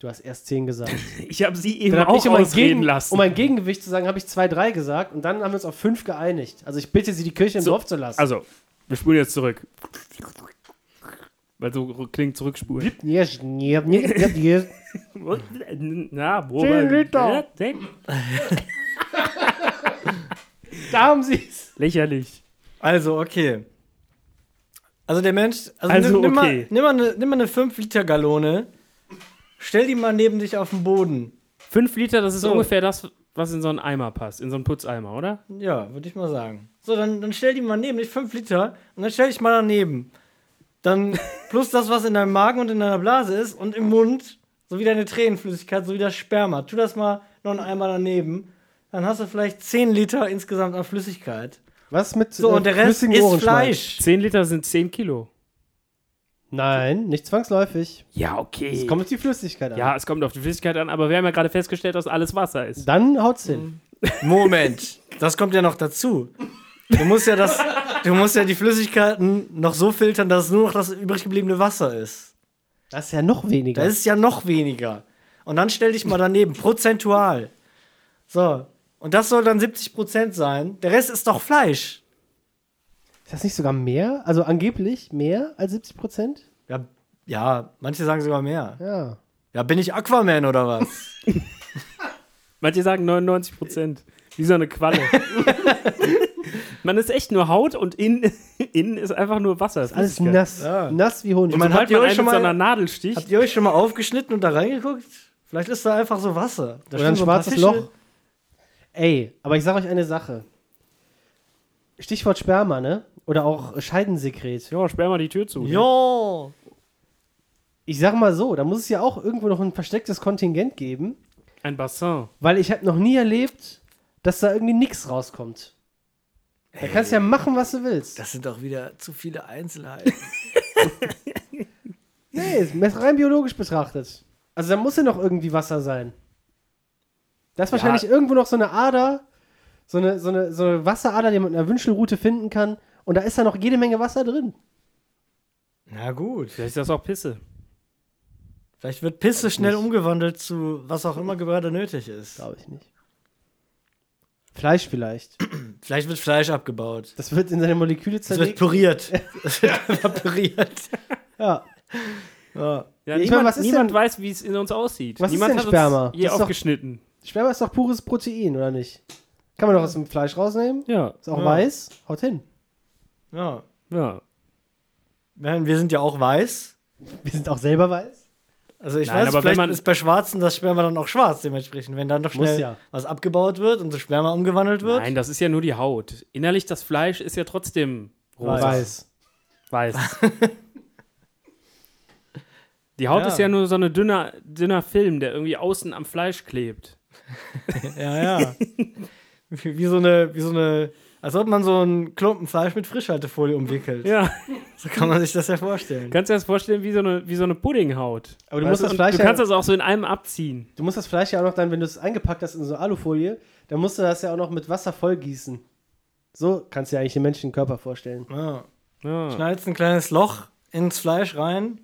Du hast erst 10 gesagt. Ich habe sie eben Dann hab auch ich, um ein, ausreden Gegen, lassen. um ein Gegengewicht zu sagen, habe ich 2-3 gesagt und dann haben wir uns auf 5 geeinigt. Also ich bitte Sie, die Kirche im So, Dorf zu lassen. also, wir spulen jetzt zurück. Weil so r- klingt zurückspulen. Yes, yes, yes, yes. Na, wo Zehn Liter. da haben Sie es. Lächerlich. Also, okay. Also der Mensch, also, Also, nimm, nimm, okay. mal, nimm, mal eine, nimm mal eine 5-Liter-Gallone, stell die mal neben dich auf den Boden. Fünf Liter, das ist So. ungefähr das, was in so einen Eimer passt. In so einen Putzeimer, oder? Ja, würde ich mal sagen. So, dann, dann stell die mal neben dich, 5 Liter, und dann stell dich mal daneben. Dann plus das, was in deinem Magen und in deiner Blase ist und im Mund, sowie deine Tränenflüssigkeit, sowie das Sperma. Tu das mal noch einmal daneben. Dann hast du vielleicht 10 Liter insgesamt an Flüssigkeit. Was mit So, äh, und der Rest flüssigem ist Ohrenschmalz? Fleisch. Zehn Liter sind zehn Kilo. Nein, nicht zwangsläufig. Ja, okay. Es kommt auf die Flüssigkeit an. Äh. ja, es kommt auf die Flüssigkeit an, aber wir haben ja gerade festgestellt, dass alles Wasser ist. Dann haut's hin. Moment, das kommt ja noch dazu. Du musst ja das, du musst ja die Flüssigkeiten noch so filtern, dass nur noch das übrig gebliebene Wasser ist. Das ist ja noch weniger. Da ist es ja noch weniger. Und dann stell dich mal daneben, prozentual. So. Und das soll dann 70% sein. Der Rest ist doch Fleisch. Ist das nicht sogar mehr? Also angeblich mehr als 70 Prozent? Ja, ja, manche sagen sogar mehr. Ja. Ja, bin ich Aquaman oder was? Manche sagen 99 Prozent. Wie so eine Qualle. man ist echt nur Haut und innen, innen ist einfach nur Wasser. Ist Alles Flüssigkeit. nass. Ja. Nass wie Honig. Ich meine, Sobald habt ihr man euch einen schon mit so mal- einer Nadel sticht, Habt ihr euch schon mal aufgeschnitten und da reingeguckt? Vielleicht ist da einfach so Wasser. Da Oder ein schwimmen so paar schwarzes Fische. Loch. Ey, aber ich sage euch eine Sache. Stichwort Sperma, ne? Oder auch Scheidensekret. ja, sperr mal die Tür zu. Jo. Ich sag mal so, da muss es ja auch irgendwo noch ein verstecktes Kontingent geben, Ein Bassin. weil ich habe noch nie erlebt, dass da irgendwie nichts rauskommt. Da kannst du ja machen, was du willst. Das sind doch wieder zu viele Einzelheiten. Nee, ist mess- rein biologisch betrachtet. Also da muss ja noch irgendwie Wasser sein. Da ist wahrscheinlich irgendwo noch so eine Ader, so eine, so eine, so eine Wasserader, die man mit einer Wünschelrute finden kann. Und da ist da noch jede Menge Wasser drin. Na gut. Vielleicht ist das auch Pisse. Vielleicht wird Pisse schnell umgewandelt zu was auch immer gerade nötig ist. Glaube ich nicht. Fleisch vielleicht. Vielleicht wird Fleisch abgebaut. Das wird in seine Moleküle Es wird zerlegt. püriert. Es wird evaporiert. Ja. Ja. Ja, niemand Ich meine, was ist niemand denn- weiß, wie es in uns aussieht. Was ist niemand denn hat Sperma? uns je Das ist doch- aufgeschnitten. Sperma ist doch pures Protein, oder nicht? Kann man doch aus dem Fleisch rausnehmen. Ja, Ist auch Ja. weiß. Haut hin. ja. ja. Nein, Wir sind ja auch weiß. Wir sind auch selber weiß. Also ich Nein, weiß, aber wenn vielleicht man- ist bei Schwarzen das Sperma dann auch schwarz dementsprechend, wenn dann doch Muss schnell ja. was abgebaut wird und das Sperma umgewandelt wird. Nein, das ist ja nur die Haut. Innerlich das Fleisch ist ja trotzdem rosa. Weiß. Weiß. Die Haut Ja. ist ja nur so ein dünner, dünner Film, der irgendwie außen am Fleisch klebt. Ja, ja. wie, wie so eine, wie so eine, als ob man so einen Klumpen Fleisch mit Frischhaltefolie umwickelt. Ja, So kann man sich das ja vorstellen. kannst du dir das vorstellen wie so eine, wie so eine Puddinghaut. Aber du Weißt musst das und Fleisch du ja- kannst das auch so in einem abziehen. Du musst das Fleisch ja auch noch dann, wenn du es eingepackt hast in so Alufolie, dann musst du das ja auch noch mit Wasser vollgießen. So kannst du dir eigentlich den Menschen den Körper vorstellen. Ja. Ja. Schneidest ein kleines Loch ins Fleisch rein,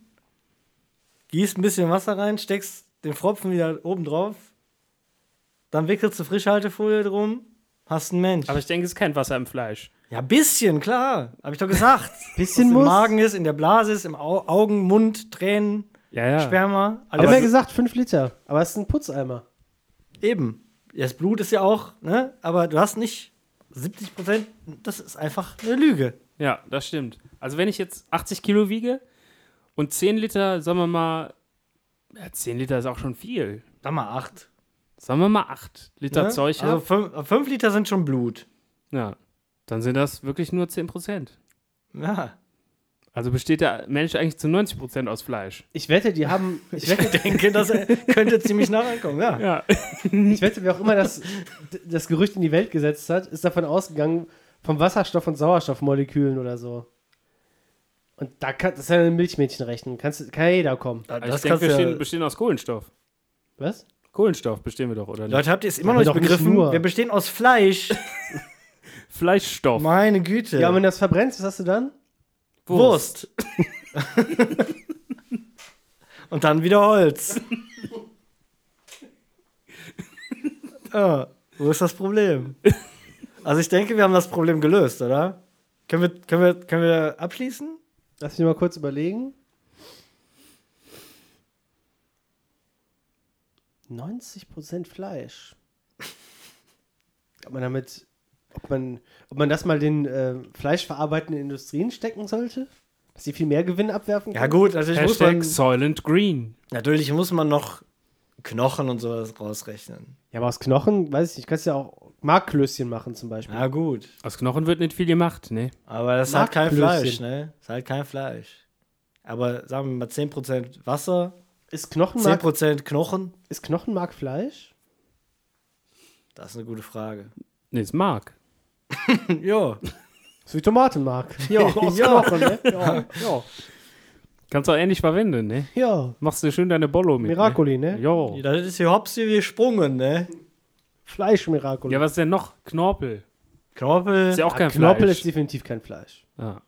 gießt ein bisschen Wasser rein, steckst den Pfropfen wieder oben drauf, dann wickelst du Frischhaltefolie drum, hast einen Mensch. Aber ich denke, es ist kein Wasser im Fleisch. ja, bisschen, klar, hab ich doch gesagt. Bisschen Was muss. Im Magen ist, in der Blase ist, im Au Augen, Mund, Tränen, Ja, ja. Sperma, Wir haben ja alles gesagt, 5 Liter. Aber es ist ein Putzeimer. eben. Das Blut ist ja auch, ne? Aber du hast nicht 70 Prozent, das ist einfach eine Lüge. Ja, das stimmt. Also wenn ich jetzt 80 Kilo wiege und 10 Liter, sagen wir mal, ja, 10 Liter ist auch schon viel. Sag mal acht. Sagen wir mal 8 Liter Ne? Zeug Also ab. fünf, fünf Liter sind schon Blut. Ja, dann sind das wirklich nur 10 Prozent. Ja. Also besteht der Mensch eigentlich zu 90 Prozent aus Fleisch. Ich wette, die haben. Ich wette, Ich denke, das könnte ziemlich nah rankommen, ja. Ja. ich wette wer auch immer das, das Gerücht in die Welt gesetzt hat, ist davon ausgegangen, vom Wasserstoff- und Sauerstoffmolekülen oder so. Und da kann, das ist ja eine Milchmädchenrechnung. Kannst, du- kann ja jeder kommen. Also ich denke, wir stehen, bestehen aus Kohlenstoff. Was? Kohlenstoff bestehen wir doch, oder nicht? Leute, habt ihr es immer Aber noch nicht doch nicht begriffen? nur. Wir bestehen aus Fleisch. Fleischstoff. Meine Güte. Oh. Ja, und wenn du das verbrennst, was hast du dann? Wurst. Und dann wieder Holz. Ja, Ah, wo ist das Problem? Also ich denke, wir haben das Problem gelöst, oder? Können wir, können wir, können wir abschließen? Lass mich mal kurz überlegen. 90% Fleisch. Ob man damit, ob man, ob man das mal den äh, fleischverarbeitenden Industrien stecken sollte? Dass sie viel mehr Gewinn abwerfen Ja gut, natürlich muss, man, Hashtag Soylent Green. natürlich muss man noch Knochen und sowas rausrechnen. Ja, aber aus Knochen, weiß ich nicht, kannst ja auch Markklößchen machen zum Beispiel. Na gut. Aus Knochen wird nicht viel gemacht, ne? Aber das ist halt kein Marktblödsinn. Fleisch, ne? Das ist halt kein Fleisch. Aber sagen wir mal 10% Wasser, Ist, Knochenmark, 10% Knochen. ist Knochenmark Fleisch? Das ist eine gute Frage. Ne, ist Mark. ja. So wie Tomatenmark. Ja, aus Knochen, ne? Ja, ja. Kannst du auch ähnlich verwenden, ne? ja. Machst du schön deine Bollo mit. Miracoli, Ne? ne? Jo. Das ist hier hops hier gesprungen, ne? Fleischmiracoli. Ja, was denn noch? Knorpel. Knorpel. Ist ja auch kein Knorpel Fleisch. ist definitiv kein Fleisch. ja.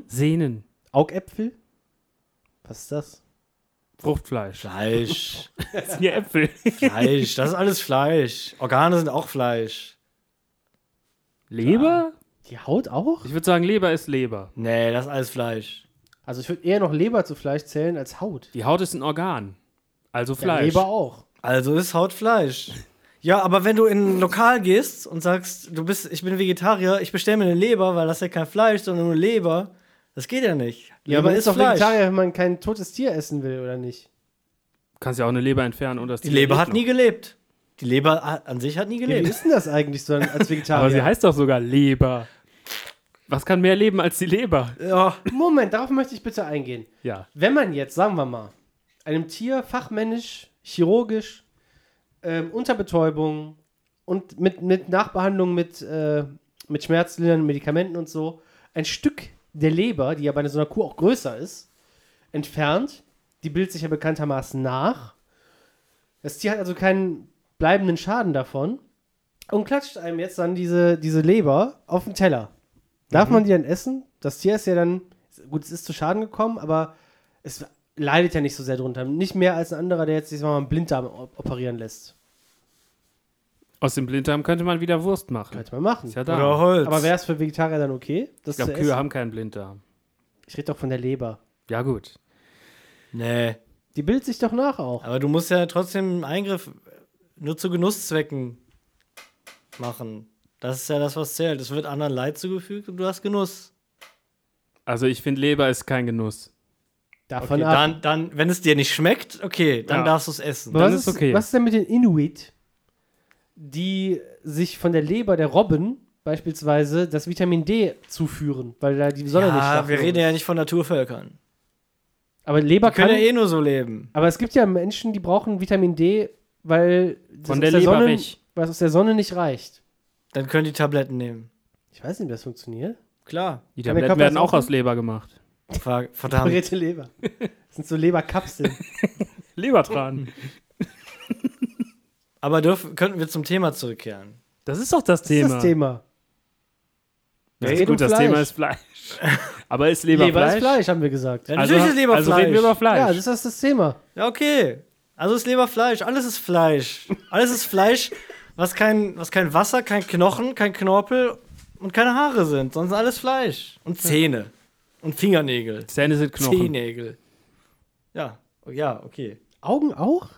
Äh, Sehnen. Augäpfel? Was ist das? Fruchtfleisch. Fleisch. Das sind ja Äpfel. Fleisch. Das ist alles Fleisch. Organe sind auch Fleisch. Leber? Die Haut auch? Ich würde sagen, Leber ist Leber. Nee, das ist alles Fleisch. Also ich würde eher noch Leber zu Fleisch zählen als Haut. Die Haut ist ein Organ. Also Ja, Fleisch. Leber auch. Also ist Haut Fleisch. Ja, aber wenn du in ein Lokal gehst und sagst, du bist, ich bin Vegetarier, ich bestelle mir eine Leber, weil das ist ja kein Fleisch, sondern nur Leber, das geht ja nicht. Ja, man ist doch Vegetarier, wenn man kein totes Tier essen will, oder nicht? Kannst ja auch eine Leber entfernen und das Die Tier Leber lebt hat noch. nie gelebt. Die Leber a- an sich hat nie Ja, wie gelebt. ist denn das eigentlich so als Vegetarier? Aber sie heißt doch sogar Leber. Was kann mehr leben als die Leber? Ja, Moment, darauf möchte ich bitte eingehen. Ja. Wenn man jetzt, sagen wir mal, einem Tier fachmännisch, chirurgisch, ähm, unter Betäubung und mit, mit Nachbehandlung mit, äh, mit schmerzlindernden Medikamenten und so ein Stück der Leber, die ja bei so einer Kuh auch größer ist, entfernt, die bildet sich ja bekanntermaßen nach. Das Tier hat also keinen bleibenden Schaden davon und klatscht einem jetzt dann diese, diese Leber auf den Teller. Darf man die dann essen? Das Tier ist ja dann, gut, es ist zu Schaden gekommen, aber es leidet ja nicht so sehr drunter. Nicht mehr als ein anderer, der jetzt sich mal einen Blinddarm op- operieren lässt. Aus dem Blinddarm könnte man wieder Wurst machen. Könnte man machen. Ist ja da. oder Holz. aber wäre es für Vegetarier dann okay? Das ich glaube, zu Kühe essen? haben keinen Blinddarm. ich rede doch von der Leber. Ja, gut. nee, Die bildet sich doch nach auch. aber du musst ja trotzdem einen Eingriff nur zu Genusszwecken machen. Das ist ja das, was zählt. Es wird anderen Leid zugefügt und du hast Genuss. Also, ich finde, Leber ist kein Genuss. Davon Okay, ab. dann, dann, wenn es dir nicht schmeckt, okay, dann Ja. darfst du es essen. dann was ist okay. Was ist denn mit den Inuit, die sich von der Leber der Robben beispielsweise das Vitamin D zuführen, weil da die Sonne nicht ja, stark wir genug reden ist? ja nicht von Naturvölkern. Aber Leber Die können kann. ja eh nur so leben. aber es gibt ja Menschen, die brauchen Vitamin D, weil das Von der aus Leber Sonne, weg. weil es aus der Sonne nicht reicht. Dann können die Tabletten nehmen. Ich weiß nicht, wie das funktioniert. Klar. Die Kann Tabletten der Körper werden das auch auch aus Leber gemacht. Ver- Verdammt. Parierte Leber. Das sind so Leberkapseln. Lebertran. Aber dürfen, könnten wir zum Thema zurückkehren? Das ist doch das Das ist Thema. das Thema. Ja, Wir ist reden gut, um das Thema Fleisch. ist Fleisch. Aber ist Leber, Fleisch? ist Fleisch, haben wir gesagt. Ja, Also, natürlich ist Leber also Äh, Fleisch. reden wir über Fleisch. Ja, das ist das, das Thema. ja, okay. Also ist Leber Fleisch. Alles ist Fleisch. Alles ist Fleisch, was kein, was kein Wasser, kein Knochen, kein Knorpel und keine Haare sind. Sonst alles Fleisch. Und Zähne. Und Fingernägel. Zähne sind Knochen. Zehennägel. Ja, oh, ja, okay. Augen auch?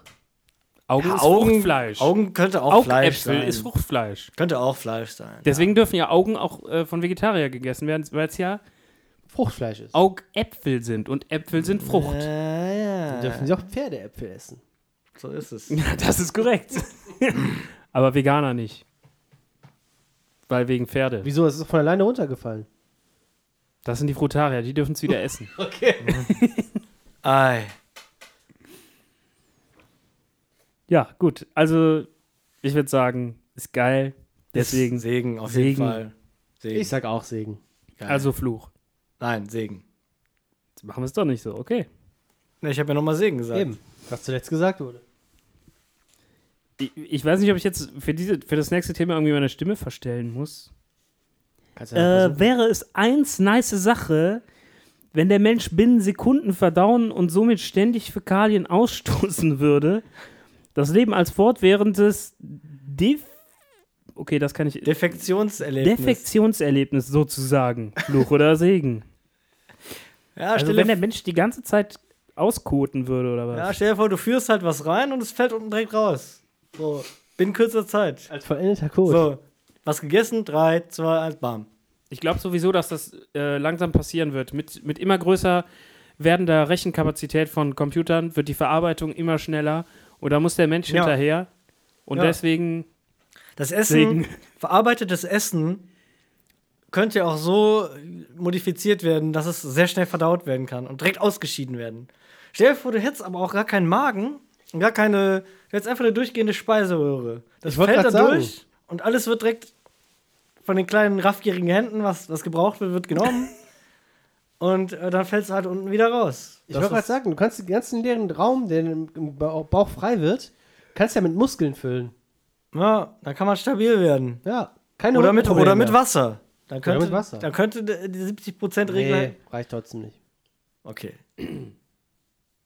Augen Ja, ist Augen, Fruchtfleisch. Augen könnte auch Fleisch Augäpfel sein. ist Fruchtfleisch. könnte auch Fleisch sein. Deswegen dürfen ja Augen auch äh, von Vegetarier gegessen werden, weil es ja Fruchtfleisch ist. Augäpfel sind und Äpfel sind Frucht. ja. Ja, ja. Dürfen sie auch Pferdeäpfel essen? So ist es. Das ist korrekt. Aber Veganer nicht. Weil wegen Pferde. Wieso? Das ist doch von alleine runtergefallen. Das sind die Frutarier, die dürfen es wieder essen. Ei. Ja, gut. Also, ich würde sagen, ist geil. Deswegen, Segen, auf Segen. jeden Fall. Segen. Ich sag auch Segen. Geil. also Fluch. Nein, Segen. Jetzt machen wir es doch nicht so, okay. Ne, ich habe ja nochmal Segen gesagt. Eben, was zuletzt gesagt wurde. Ich, ich weiß nicht, ob ich jetzt für, diese, für das nächste Thema irgendwie meine Stimme verstellen muss. Kannst du ja äh, versuchen. wäre es eins nice Sache, wenn der Mensch binnen Sekunden verdauen und somit ständig Fäkalien ausstoßen würde Das Leben als fortwährendes Def okay, das kann ich Defektionserlebnis. Defektionserlebnis sozusagen. Fluch oder Segen. ja, Also stell wenn der dir, Mensch die ganze Zeit auskoten würde oder was? ja, stell dir vor, du führst halt was rein und es fällt unten direkt raus. So, binnen kürzer Zeit. Als vollendeter Code. So, was gegessen? Drei, zwei, eins, bam. Ich glaube sowieso, dass das äh, langsam passieren wird. Mit, mit immer größer werdender Rechenkapazität von Computern wird die Verarbeitung immer schneller und da muss der Mensch Ja. hinterher. Und Ja. deswegen, Das Essen, Segen. verarbeitetes Essen könnte ja auch so modifiziert werden, dass es sehr schnell verdaut werden kann und direkt ausgeschieden werden. Stell dir vor, du hättest aber auch gar keinen Magen und gar keine, du hättest einfach eine durchgehende Speiseröhre. Das Ich wollt fällt da grad sagen. durch und alles wird direkt von den kleinen raffgierigen Händen, was, was gebraucht wird, wird genommen. und äh, dann fällt es halt unten wieder raus. Ich Das wollte gerade ist- sagen, du kannst den ganzen leeren Raum, der im im Ba- Bauch frei wird, kannst ja mit Muskeln füllen. Ja, dann kann man stabil werden. Ja, keine Oder mit, Rückenprobleme oder mit mehr. Wasser. Dann Oder könnte, mit Wasser. Dann könnte die die 70%-Regel. Nee, reicht trotzdem nicht. Okay.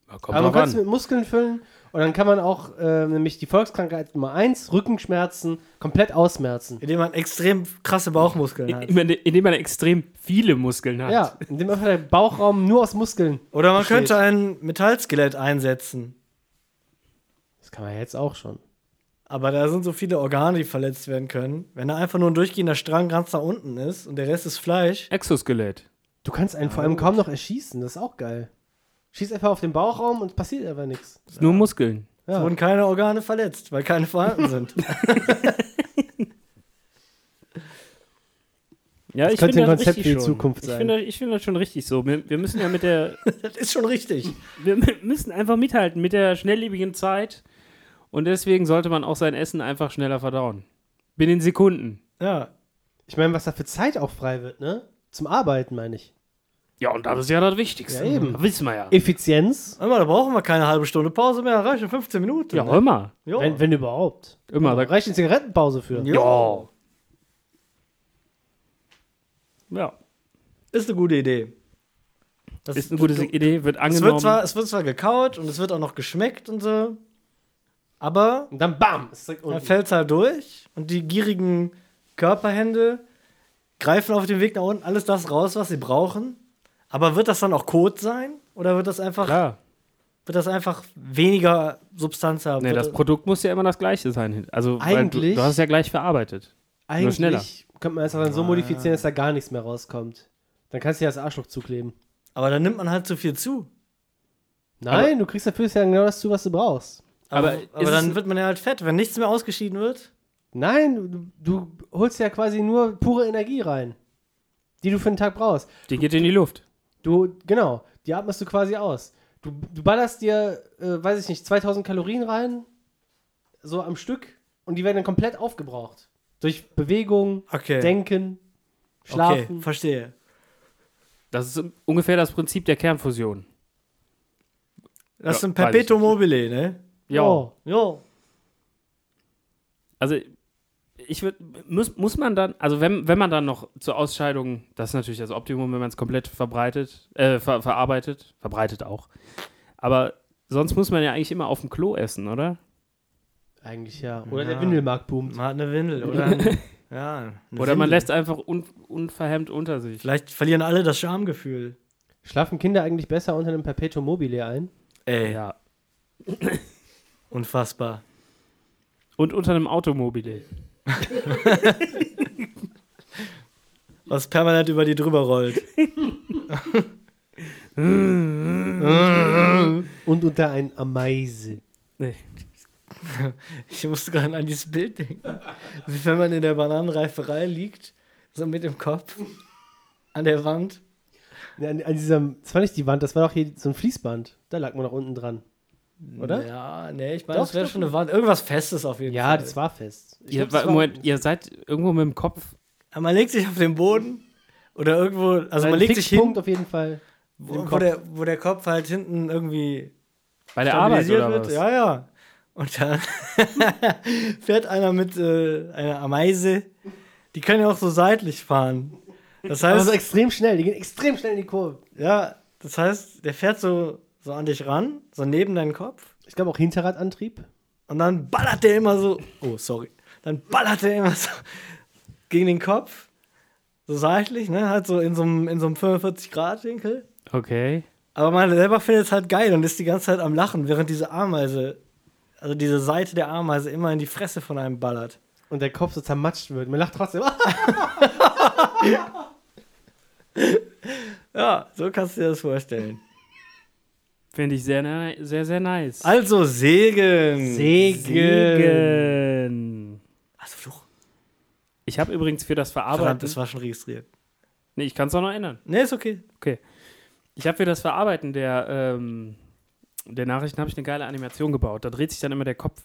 Aber man kann es mit Muskeln füllen und dann kann man auch äh, nämlich die Volkskrankheit Nummer 1, Rückenschmerzen, komplett ausmerzen. Indem man extrem krasse Bauchmuskeln hat. indem man- indem man extrem viele Muskeln hat. Ja, indem einfach der Bauchraum nur aus Muskeln. Oder man Verstehe könnte ein Metallskelett einsetzen. Das kann man ja jetzt auch schon. Aber da sind so viele Organe, die verletzt werden können. Wenn da einfach nur ein durchgehender Strang ganz nach unten ist und der Rest ist Fleisch. Exoskelett. Du kannst einen vor allem kaum noch erschießen, das ist auch geil. Schieß einfach auf den Bauchraum und passiert einfach nichts. Ist Nur Muskeln. Es Ja. wurden keine Organe verletzt, weil keine vorhanden sind. Ja, Das ich könnte finde das ein Konzept richtig für die schon. Zukunft Ich sein. finde, ich finde das schon richtig so. Wir, wir müssen ja mit der, das ist schon richtig. wir mü- müssen einfach mithalten mit der schnelllebigen Zeit und deswegen sollte man auch sein Essen einfach schneller verdauen. Binnen Sekunden. Ja. Ich meine, was da für Zeit auch frei wird, ne? Zum Arbeiten meine ich. Ja, und das ist ja das Wichtigste. Ja, eben. Das wissen wir ja. Effizienz, Hör mal, da brauchen wir keine halbe Stunde Pause mehr. Reichen 15 Minuten. Ja, ne? immer. Jo. wenn, wenn überhaupt. Immer. Da Da, reicht eine Zigarettenpause für. Jo. ja. Ist eine gute Idee. Das Ist eine gute du- Idee, wird Es angenommen. wird, zwar, es wird zwar gekaut und es wird auch noch geschmeckt und so. Aber Und dann bam, ist direkt Dann unten. fällt es halt durch und die gierigen Körperhände greifen auf dem Weg nach unten alles das raus, was sie brauchen. Aber wird das dann auch Kot sein? Oder wird das einfach, Klar. wird das einfach weniger Substanz haben? Nee, Wird das Produkt muss ja immer das gleiche sein. Also, weil du, äh, Eigentlich- du hast es ja gleich verarbeitet. Eigentlich schneller. könnte man es auch dann Ah. so modifizieren, dass da gar nichts mehr rauskommt. Dann kannst du ja das Arschloch zukleben. aber dann nimmt man halt zu viel zu. Nein, du kriegst dafür ja genau das zu, was du brauchst. Aber Aber, aber, ist es- dann wird man ja halt fett, wenn nichts mehr ausgeschieden wird. Nein, du, du holst ja quasi nur pure Energie rein, die du für den Tag brauchst. Die geht in die Luft. Du, genau, die atmest du quasi aus. Du, du ballerst dir, äh, weiß ich nicht, 2000 Kalorien rein, so am Stück, und die werden dann komplett aufgebraucht. Durch Bewegung, Okay. Denken, okay, Schlafen. verstehe. Das ist ungefähr das Prinzip der Kernfusion. Das ist Ja, ein weiß ich Perpetuum mobile, ne? Ja. Oh. Jo. Also ich würde, muss, muss man dann, also wenn, wenn man dann noch zur Ausscheidung, das ist natürlich das Optimum, wenn man es komplett verbreitet, äh, ver, verarbeitet, verbreitet auch. Aber sonst muss man ja eigentlich immer auf dem Klo essen, oder? Eigentlich ja. Oder Ja. der Windelmarkt boomt. Man hat eine Windel oder ein, ja, eine Oder man Windel. lässt einfach un, unverhemmt unter sich. Vielleicht verlieren alle das Schamgefühl. Schlafen Kinder eigentlich besser unter einem Perpetuum mobile ein? Ey, Ja. unfassbar. Und unter einem Automobil. was permanent über die drüber rollt. Und unter ein Ameise. Nee. Ich musste gerade an dieses Bild denken. Wie wenn man in der Bananenreiferei liegt, so mit dem Kopf an der Wand. An, an diesem, das war nicht die Wand, das war doch hier so ein Fließband. Da lag man noch unten dran. Oder? Ja, nee, ich meine, Doch, das wäre doch. schon eine Wand. Irgendwas Festes auf jeden Ja, Fall. das war fest. Ich Ihr, glaub, das wa- war- Also Moment, ihr seid irgendwo mit dem Kopf. Aber man legt sich auf den Boden oder irgendwo, also ein man legt sich hin, Fixpunkt auf jeden Fall. im wo, wo, Kopf. der, wo der Kopf halt hinten irgendwie Bei der Arbeit stabilisiert oder was? Ja, ja. Und dann fährt einer mit äh, einer Ameise. Die können ja auch so seitlich fahren. Das heißt, Aber so extrem schnell, die gehen extrem schnell in die Kurve. Ja, das heißt, der fährt so, so an dich ran, so neben deinen Kopf. Ich glaube auch Hinterradantrieb. Und dann ballert der immer so. Oh, sorry. Dann ballert der immer so gegen den Kopf. So seitlich, ne? Halt so in so einem, in so einem 45-Grad-Winkel. Okay. Aber man selber findet es halt geil und ist die ganze Zeit am Lachen, während diese Ameise, also diese Seite der Ameise immer in die Fresse von einem ballert. Und der Kopf so zermatscht wird. Man lacht trotzdem. Ja, so kannst du dir das vorstellen. Finde ich sehr, ni- sehr, sehr nice. Also Segen. Segen. Also Fluch. Ich habe übrigens für das Verdammt, Verarbeiten. das war schon registriert. nee, ich kann es auch noch ändern. Nee, ist okay. Okay. Ich habe für das Verarbeiten der, ähm, der Nachrichten habe ich eine geile Animation gebaut. Da dreht sich dann immer der Kopf.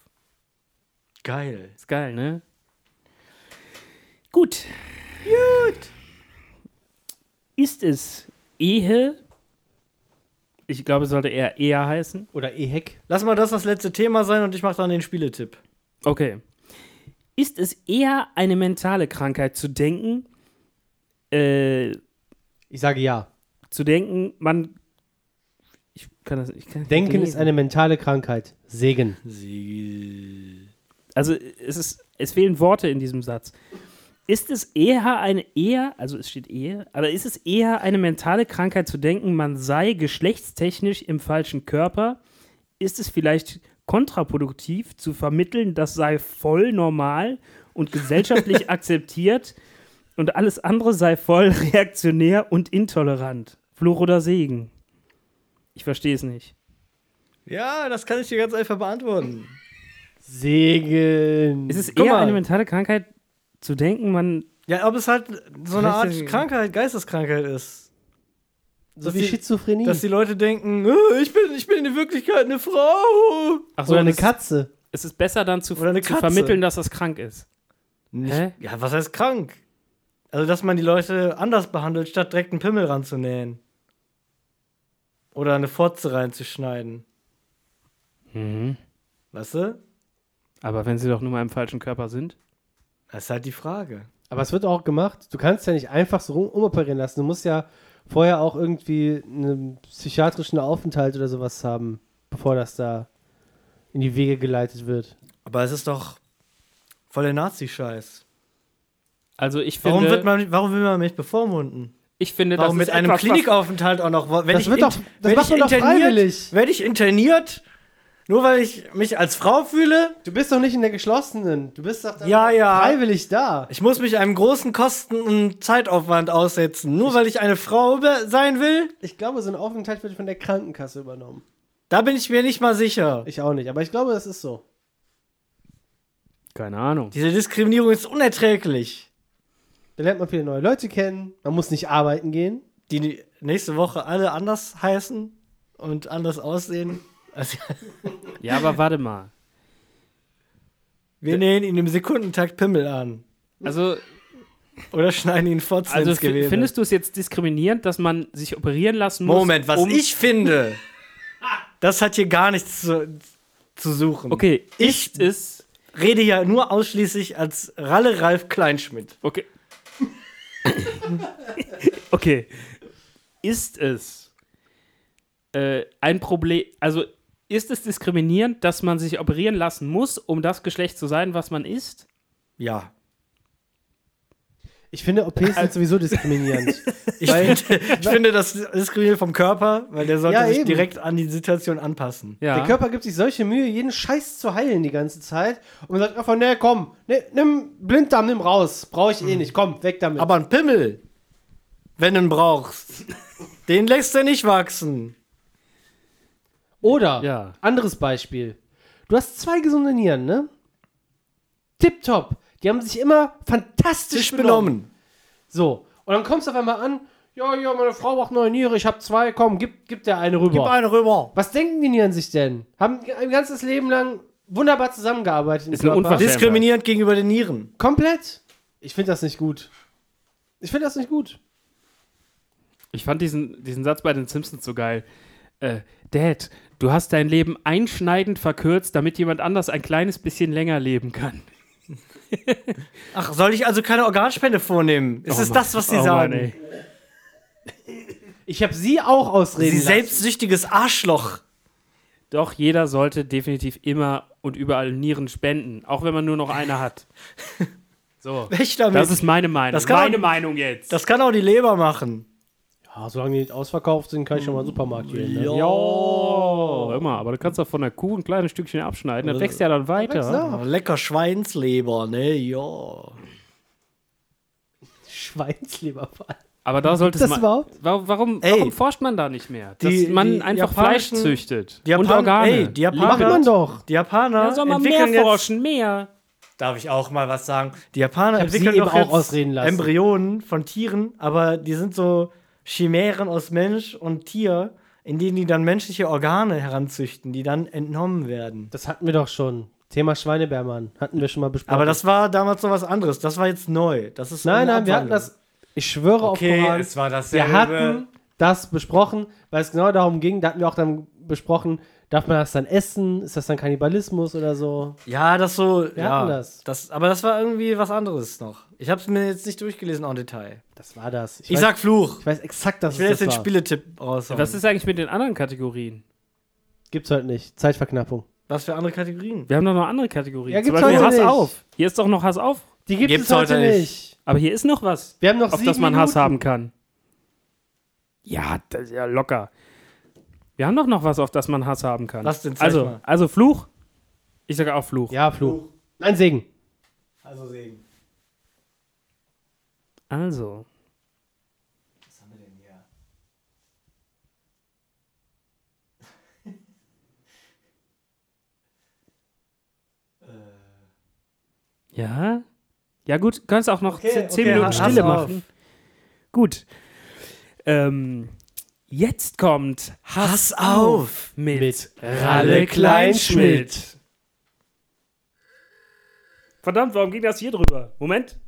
Geil. Ist geil, ne? Gut. Gut. Ist es Ehe? Ich glaube, es sollte eher Eher heißen. Oder Ehek. Lass mal das das letzte Thema sein und ich mache dann den Spieletipp. Okay. Ist es eher eine mentale Krankheit zu denken, äh, Ich sage ja. zu denken, man. Ich kann das ich kann Denken Nee. ist eine mentale Krankheit. Segen. Siegel. Also es ist, es fehlen Worte in diesem Satz. Ist es eher eine eher, also es steht eher, aber ist es eher eine mentale Krankheit zu denken, man sei geschlechtstechnisch im falschen Körper? Ist es vielleicht kontraproduktiv zu vermitteln, das sei voll normal und gesellschaftlich akzeptiert und alles andere sei voll reaktionär und intolerant? Fluch oder Segen? Ich verstehe es nicht. Ja, das kann ich dir ganz einfach beantworten. Segen. Ist es Guck eher mal. eine mentale Krankheit zu denken, man Ja, ob es halt so eine Art Richtig. Krankheit, Geisteskrankheit ist. so dass wie die- Schizophrenie. Dass die Leute denken, "Äh, ich bin, ich bin in Wirklichkeit eine Frau. Ach Oder eine das- Katze. Es ist besser dann zu, Oder eine zu Katze. vermitteln, dass das krank ist. Nicht, Hä? Ja, was heißt krank? Also, dass man die Leute anders behandelt, statt direkt einen Pimmel ranzunähen. Oder eine Fotze reinzuschneiden. Mhm. Weißt du? Aber wenn sie doch nur mal im falschen Körper sind. Das ist halt die Frage. Aber es wird auch gemacht. Du kannst ja nicht einfach so rum umoperieren lassen. Du musst ja vorher auch irgendwie einen psychiatrischen Aufenthalt oder sowas haben, bevor das da in die Wege geleitet wird. Aber es ist doch voll der Nazi-Scheiß. Also ich finde, Warum, wird man, warum will man mich bevormunden? ich finde, das Warum ist mit einem etwas, was, Klinikaufenthalt auch noch? Wenn Das ich wird int- doch- das wenn macht ich man doch interniert- freiwillig. Werde ich interniert, nur weil ich mich als Frau fühle? Du bist doch nicht in der geschlossenen. Du bist doch da Ja, ja. freiwillig da. Ich muss mich einem großen Kosten- und Zeitaufwand aussetzen, nur weil ich eine Frau be- sein will? Ich glaube, so ein Aufenthalt wird von der Krankenkasse übernommen. Da bin ich mir nicht mal sicher. Ich auch nicht, aber ich glaube, das ist so. Keine Ahnung. Diese Diskriminierung ist unerträglich. Da lernt man viele neue Leute kennen. Man muss nicht arbeiten gehen. Die nächste Woche alle anders heißen und anders aussehen. Also, Ja, aber warte mal. wir nähen ihn im Sekundentakt Pimmel an. Also, Oder schneiden ihn Fotzen also ins fi- Gewebe. findest du es jetzt diskriminierend, dass man sich operieren lassen muss? Moment, was um, ich finde, das hat hier gar nichts zu, zu suchen. Okay, ist Ich es. rede ja nur ausschließlich als Ralle Ralf Kleinschmidt. Okay. okay. Ist es äh, ein Problem, also ist es diskriminierend, dass man sich operieren lassen muss, um das Geschlecht zu sein, was man ist? Ja. Ich finde, OPs sind sowieso diskriminierend. Ich, finde, ich finde, das diskriminiert vom Körper, weil der sollte Ja, sich eben. direkt an die Situation anpassen. Ja. Der Körper gibt sich solche Mühe, jeden Scheiß zu heilen die ganze Zeit. Und man sagt einfach, nee, komm, nee, nimm Blinddarm, nimm raus. Brauche ich Mhm. eh nicht. Komm, weg damit. Aber ein Pimmel, wenn du ihn brauchst, den lässt er nicht wachsen. Oder, Ja. anderes Beispiel. Du hast zwei gesunde Nieren, ne? Tipptopp. Die haben sich immer fantastisch Sich benommen. benommen. So. Und dann kommst du auf einmal an, ja, ja, meine Frau braucht neue Niere, ich habe zwei, komm, gib, gib der eine rüber. Gib eine rüber. Was denken die Nieren sich denn? Haben ein ganzes Leben lang wunderbar zusammengearbeitet im Ist eine Körper. Unverschämtheit. Diskriminierend gegenüber den Nieren. Komplett. Ich finde das nicht gut. Ich finde das nicht gut. Ich fand diesen, diesen Satz bei den Simpsons so geil. Äh, Dad, du hast dein Leben einschneidend verkürzt, damit jemand anders ein kleines bisschen länger leben kann. Ach, soll ich also keine Organspende vornehmen? Ist es das, was sie Oh Mann, sagen? ey. Ich habe sie auch ausreden sie lassen. selbstsüchtiges Arschloch. Doch jeder sollte definitiv immer und überall Nieren spenden, auch wenn man nur noch eine hat. So. Echt damit? Das ist meine Meinung. Das kann meine man- Meinung jetzt. Das kann auch die Leber machen. Ja, solange die nicht ausverkauft sind, kann ich schon mal einen Supermarkt gehen. Ne? Jo, Oh, immer, aber du kannst doch von der Kuh ein kleines Stückchen abschneiden, Äh, dann wächst ja dann weiter. ne? Ja. Lecker Schweinsleber, ne? Ja. Schweinsleber. vor allem. Aber da sollte es Das mal. überhaupt? Wa- Warum, Ey. warum forscht man da nicht mehr? Dass Die- man die einfach Fleisch japanischen- züchtet die und Japan- Organe. ey, die Japaner- Macht Leber. man doch. Die Japaner Da soll man entwickeln mehr jetzt, forschen, mehr. Darf ich auch mal was sagen? Die Japaner hab Sie entwickeln eben doch auch jetzt ausreden lassen. Embryonen von Tieren, aber die sind so Chimären aus Mensch und Tier, in denen die dann menschliche Organe heranzüchten, die dann entnommen werden. Das hatten wir doch schon. Thema Schweinebärmann hatten wir schon mal besprochen. Aber das war damals noch was anderes. Das war jetzt neu. Das ist nein, eine nein, wir hatten Abwandlung. das. Ich schwöre Okay, auf Koran. es war dasselbe. wir hatten das besprochen, weil es genau darum ging. Da hatten wir auch dann besprochen, darf man das dann essen? Ist das dann Kannibalismus oder so? Ja, das so. Wir ja, hatten das. Aber das war irgendwie was anderes noch. Ich habe es mir jetzt nicht durchgelesen en Detail. Das war das. Ich, sag Fluch. ich weiß exakt, dass Ich es will jetzt den das war. Spieletipp raushauen. Was ist eigentlich mit den anderen Kategorien? Gibt's heute nicht. Zeitverknappung. was für andere Kategorien? Wir haben doch noch andere Kategorien. Ja, Zum gibt's Beispiel heute Hass nicht. auf. Hier ist doch noch Hass auf. Die gibt Gibt's es heute, heute nicht. nicht. Aber hier ist noch was, Wir haben noch auf sieben das man Minuten. Hass haben kann. Ja, das ist ja locker. Wir haben doch noch was, auf das man Hass haben kann. Was denn? Zeig also, mal. also Fluch. Ich sage auch Fluch. Ja, Fluch. Nein, Segen. Also Segen. Also. Ja? Ja, gut, kannst auch noch zehn zehn Äh. okay, Minuten pass Stille auf. machen. Gut. Ähm, jetzt kommt Hass, Pass auf! mit, Mit Ralle Kleinschmidt. Verdammt, warum ging das hier drüber? Moment.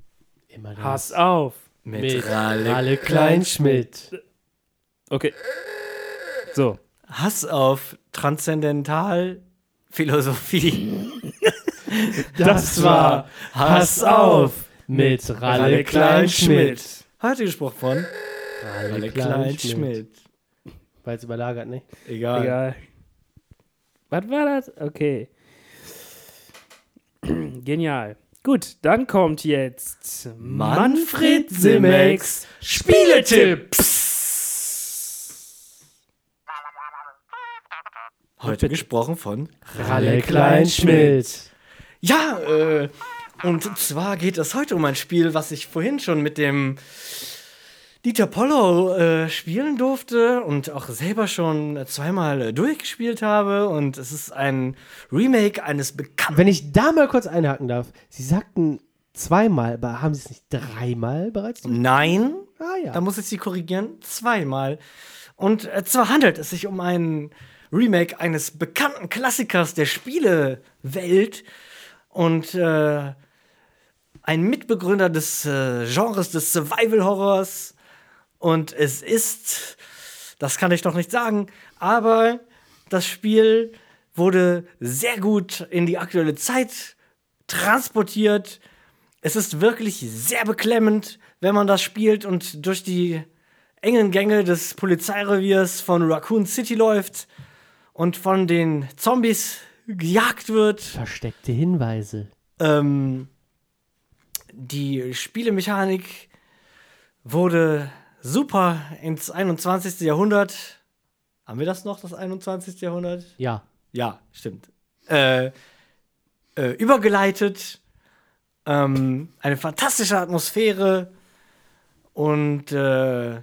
Immer der Hass auf. Mit, Ralle Kleinschmidt. Okay. So. Hass auf Transzendentalphilosophie. Das war Hass auf mit Ralle Kleinschmidt. Heute gesprochen von Ralle Ralle Kleinschmidt. Weil es überlagert, ne? Egal. Egal. Was war das? Okay. Genial. Gut, dann kommt jetzt Manfred Simex Spieletipps. Heute gesprochen von Ralle Kleinschmidt. Ja, äh, und zwar geht es heute um ein Spiel, was ich vorhin schon mit dem Dieter Pollow äh, spielen durfte und auch selber schon zweimal äh, durchgespielt habe. Und es ist ein Remake eines bekannten. Wenn ich da mal kurz einhaken darf, Sie sagten zweimal, aber haben Sie es nicht dreimal bereits? Nein, Ah ja. da muss ich Sie korrigieren, zweimal. Und äh, zwar handelt es sich um ein Remake eines bekannten Klassikers der Spielewelt und äh, ein Mitbegründer des äh, Genres des Survival Horrors. Und es ist, das kann ich noch nicht sagen, aber das Spiel wurde sehr gut in die aktuelle Zeit transportiert. Es ist wirklich sehr beklemmend, wenn man das spielt und durch die engen Gänge des Polizeireviers von Raccoon City läuft und von den Zombies gejagt wird Versteckte Hinweise. ähm, die Spielemechanik wurde super ins 21. Jahrhundert. Haben wir das noch, das 21. Jahrhundert? Ja. Ja, stimmt. Äh, äh, übergeleitet. Ähm, eine fantastische Atmosphäre. Und äh, ja,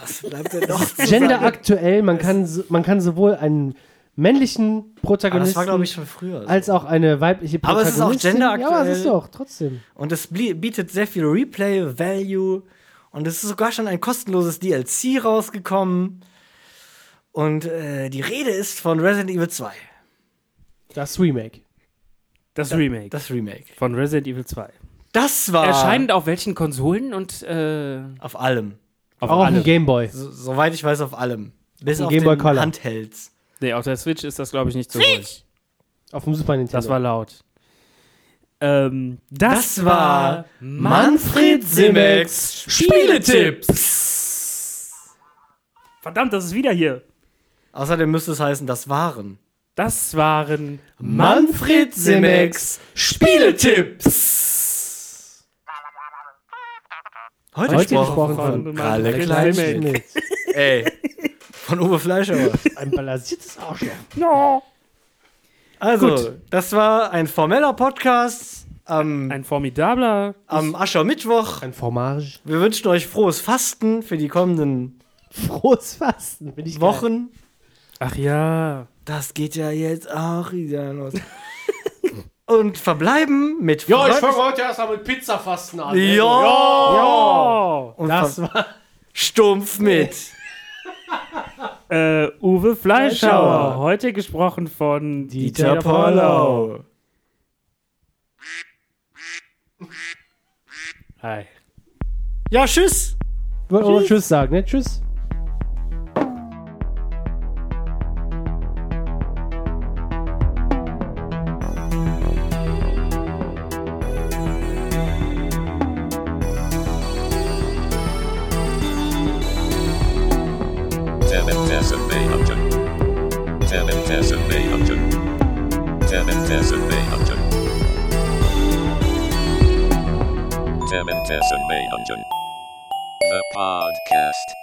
was bleibt denn noch? zu Gender sagen? aktuell, man kann, so- man kann sowohl einen männlichen Aber Ah, das Protagonisten war, glaube ich, schon früher. so. als auch eine weibliche Aber es ist auch Protagonistin. genderaktuell. Ja, aber es ist doch, trotzdem. Und es blie- bietet sehr viel Replay-Value. Und es ist sogar schon ein kostenloses DLC rausgekommen. Und äh, die Rede ist von Resident Evil 2, Das Remake. Das Remake das Remake. von Resident Evil 2. Das Ah. war Erscheinend auf welchen Konsolen und äh, auf allem. auf auch auf dem alle. Gameboy. So, soweit ich weiß, auf allem. Bis Ein auf Game Boy den Color. Handhelds. Nee, auf der Switch ist das, glaube ich, nicht zu holen. Auf dem Super Nintendo. Das war laut. Ähm, das, Das war war Manfred Simex Spieletipps. Verdammt, das ist wieder hier. Außerdem müsste es heißen, das waren Das waren Manfred Simex, Spieletipps. Heute, Heute gesprochen gesprochen von, von Kalle Manfred Kleinschmidt. Simek. Simex. Ey, von Uwe Fleischhauer. Ein balanciertes Arschloch. No. Also, Gut. das war ein formeller Podcast am, ein formidabler. am Aschermittwoch. Ein Formage. Wir wünschen euch frohes Fasten für die kommenden Frohes Fasten. Bin ich geil. Wochen. Ach ja. Das geht ja jetzt auch wieder los. Und verbleiben mit Ja, ich Freud- fange heute erstmal mit Pizzafasten an. Ja. Oh. Und Das ver- war stumpf mit. Äh, Uwe Fleischhauer. Fleischhauer. Heute gesprochen von Dieter Paulau. Hi. Ja, tschüss. Ich wollte auch noch Tschüss sagen, ne? Tschüss. Seven thousand eight hundred. Seven thousand eight hundred. Seven thousand eight hundred. Seven thousand eight hundred. The podcast.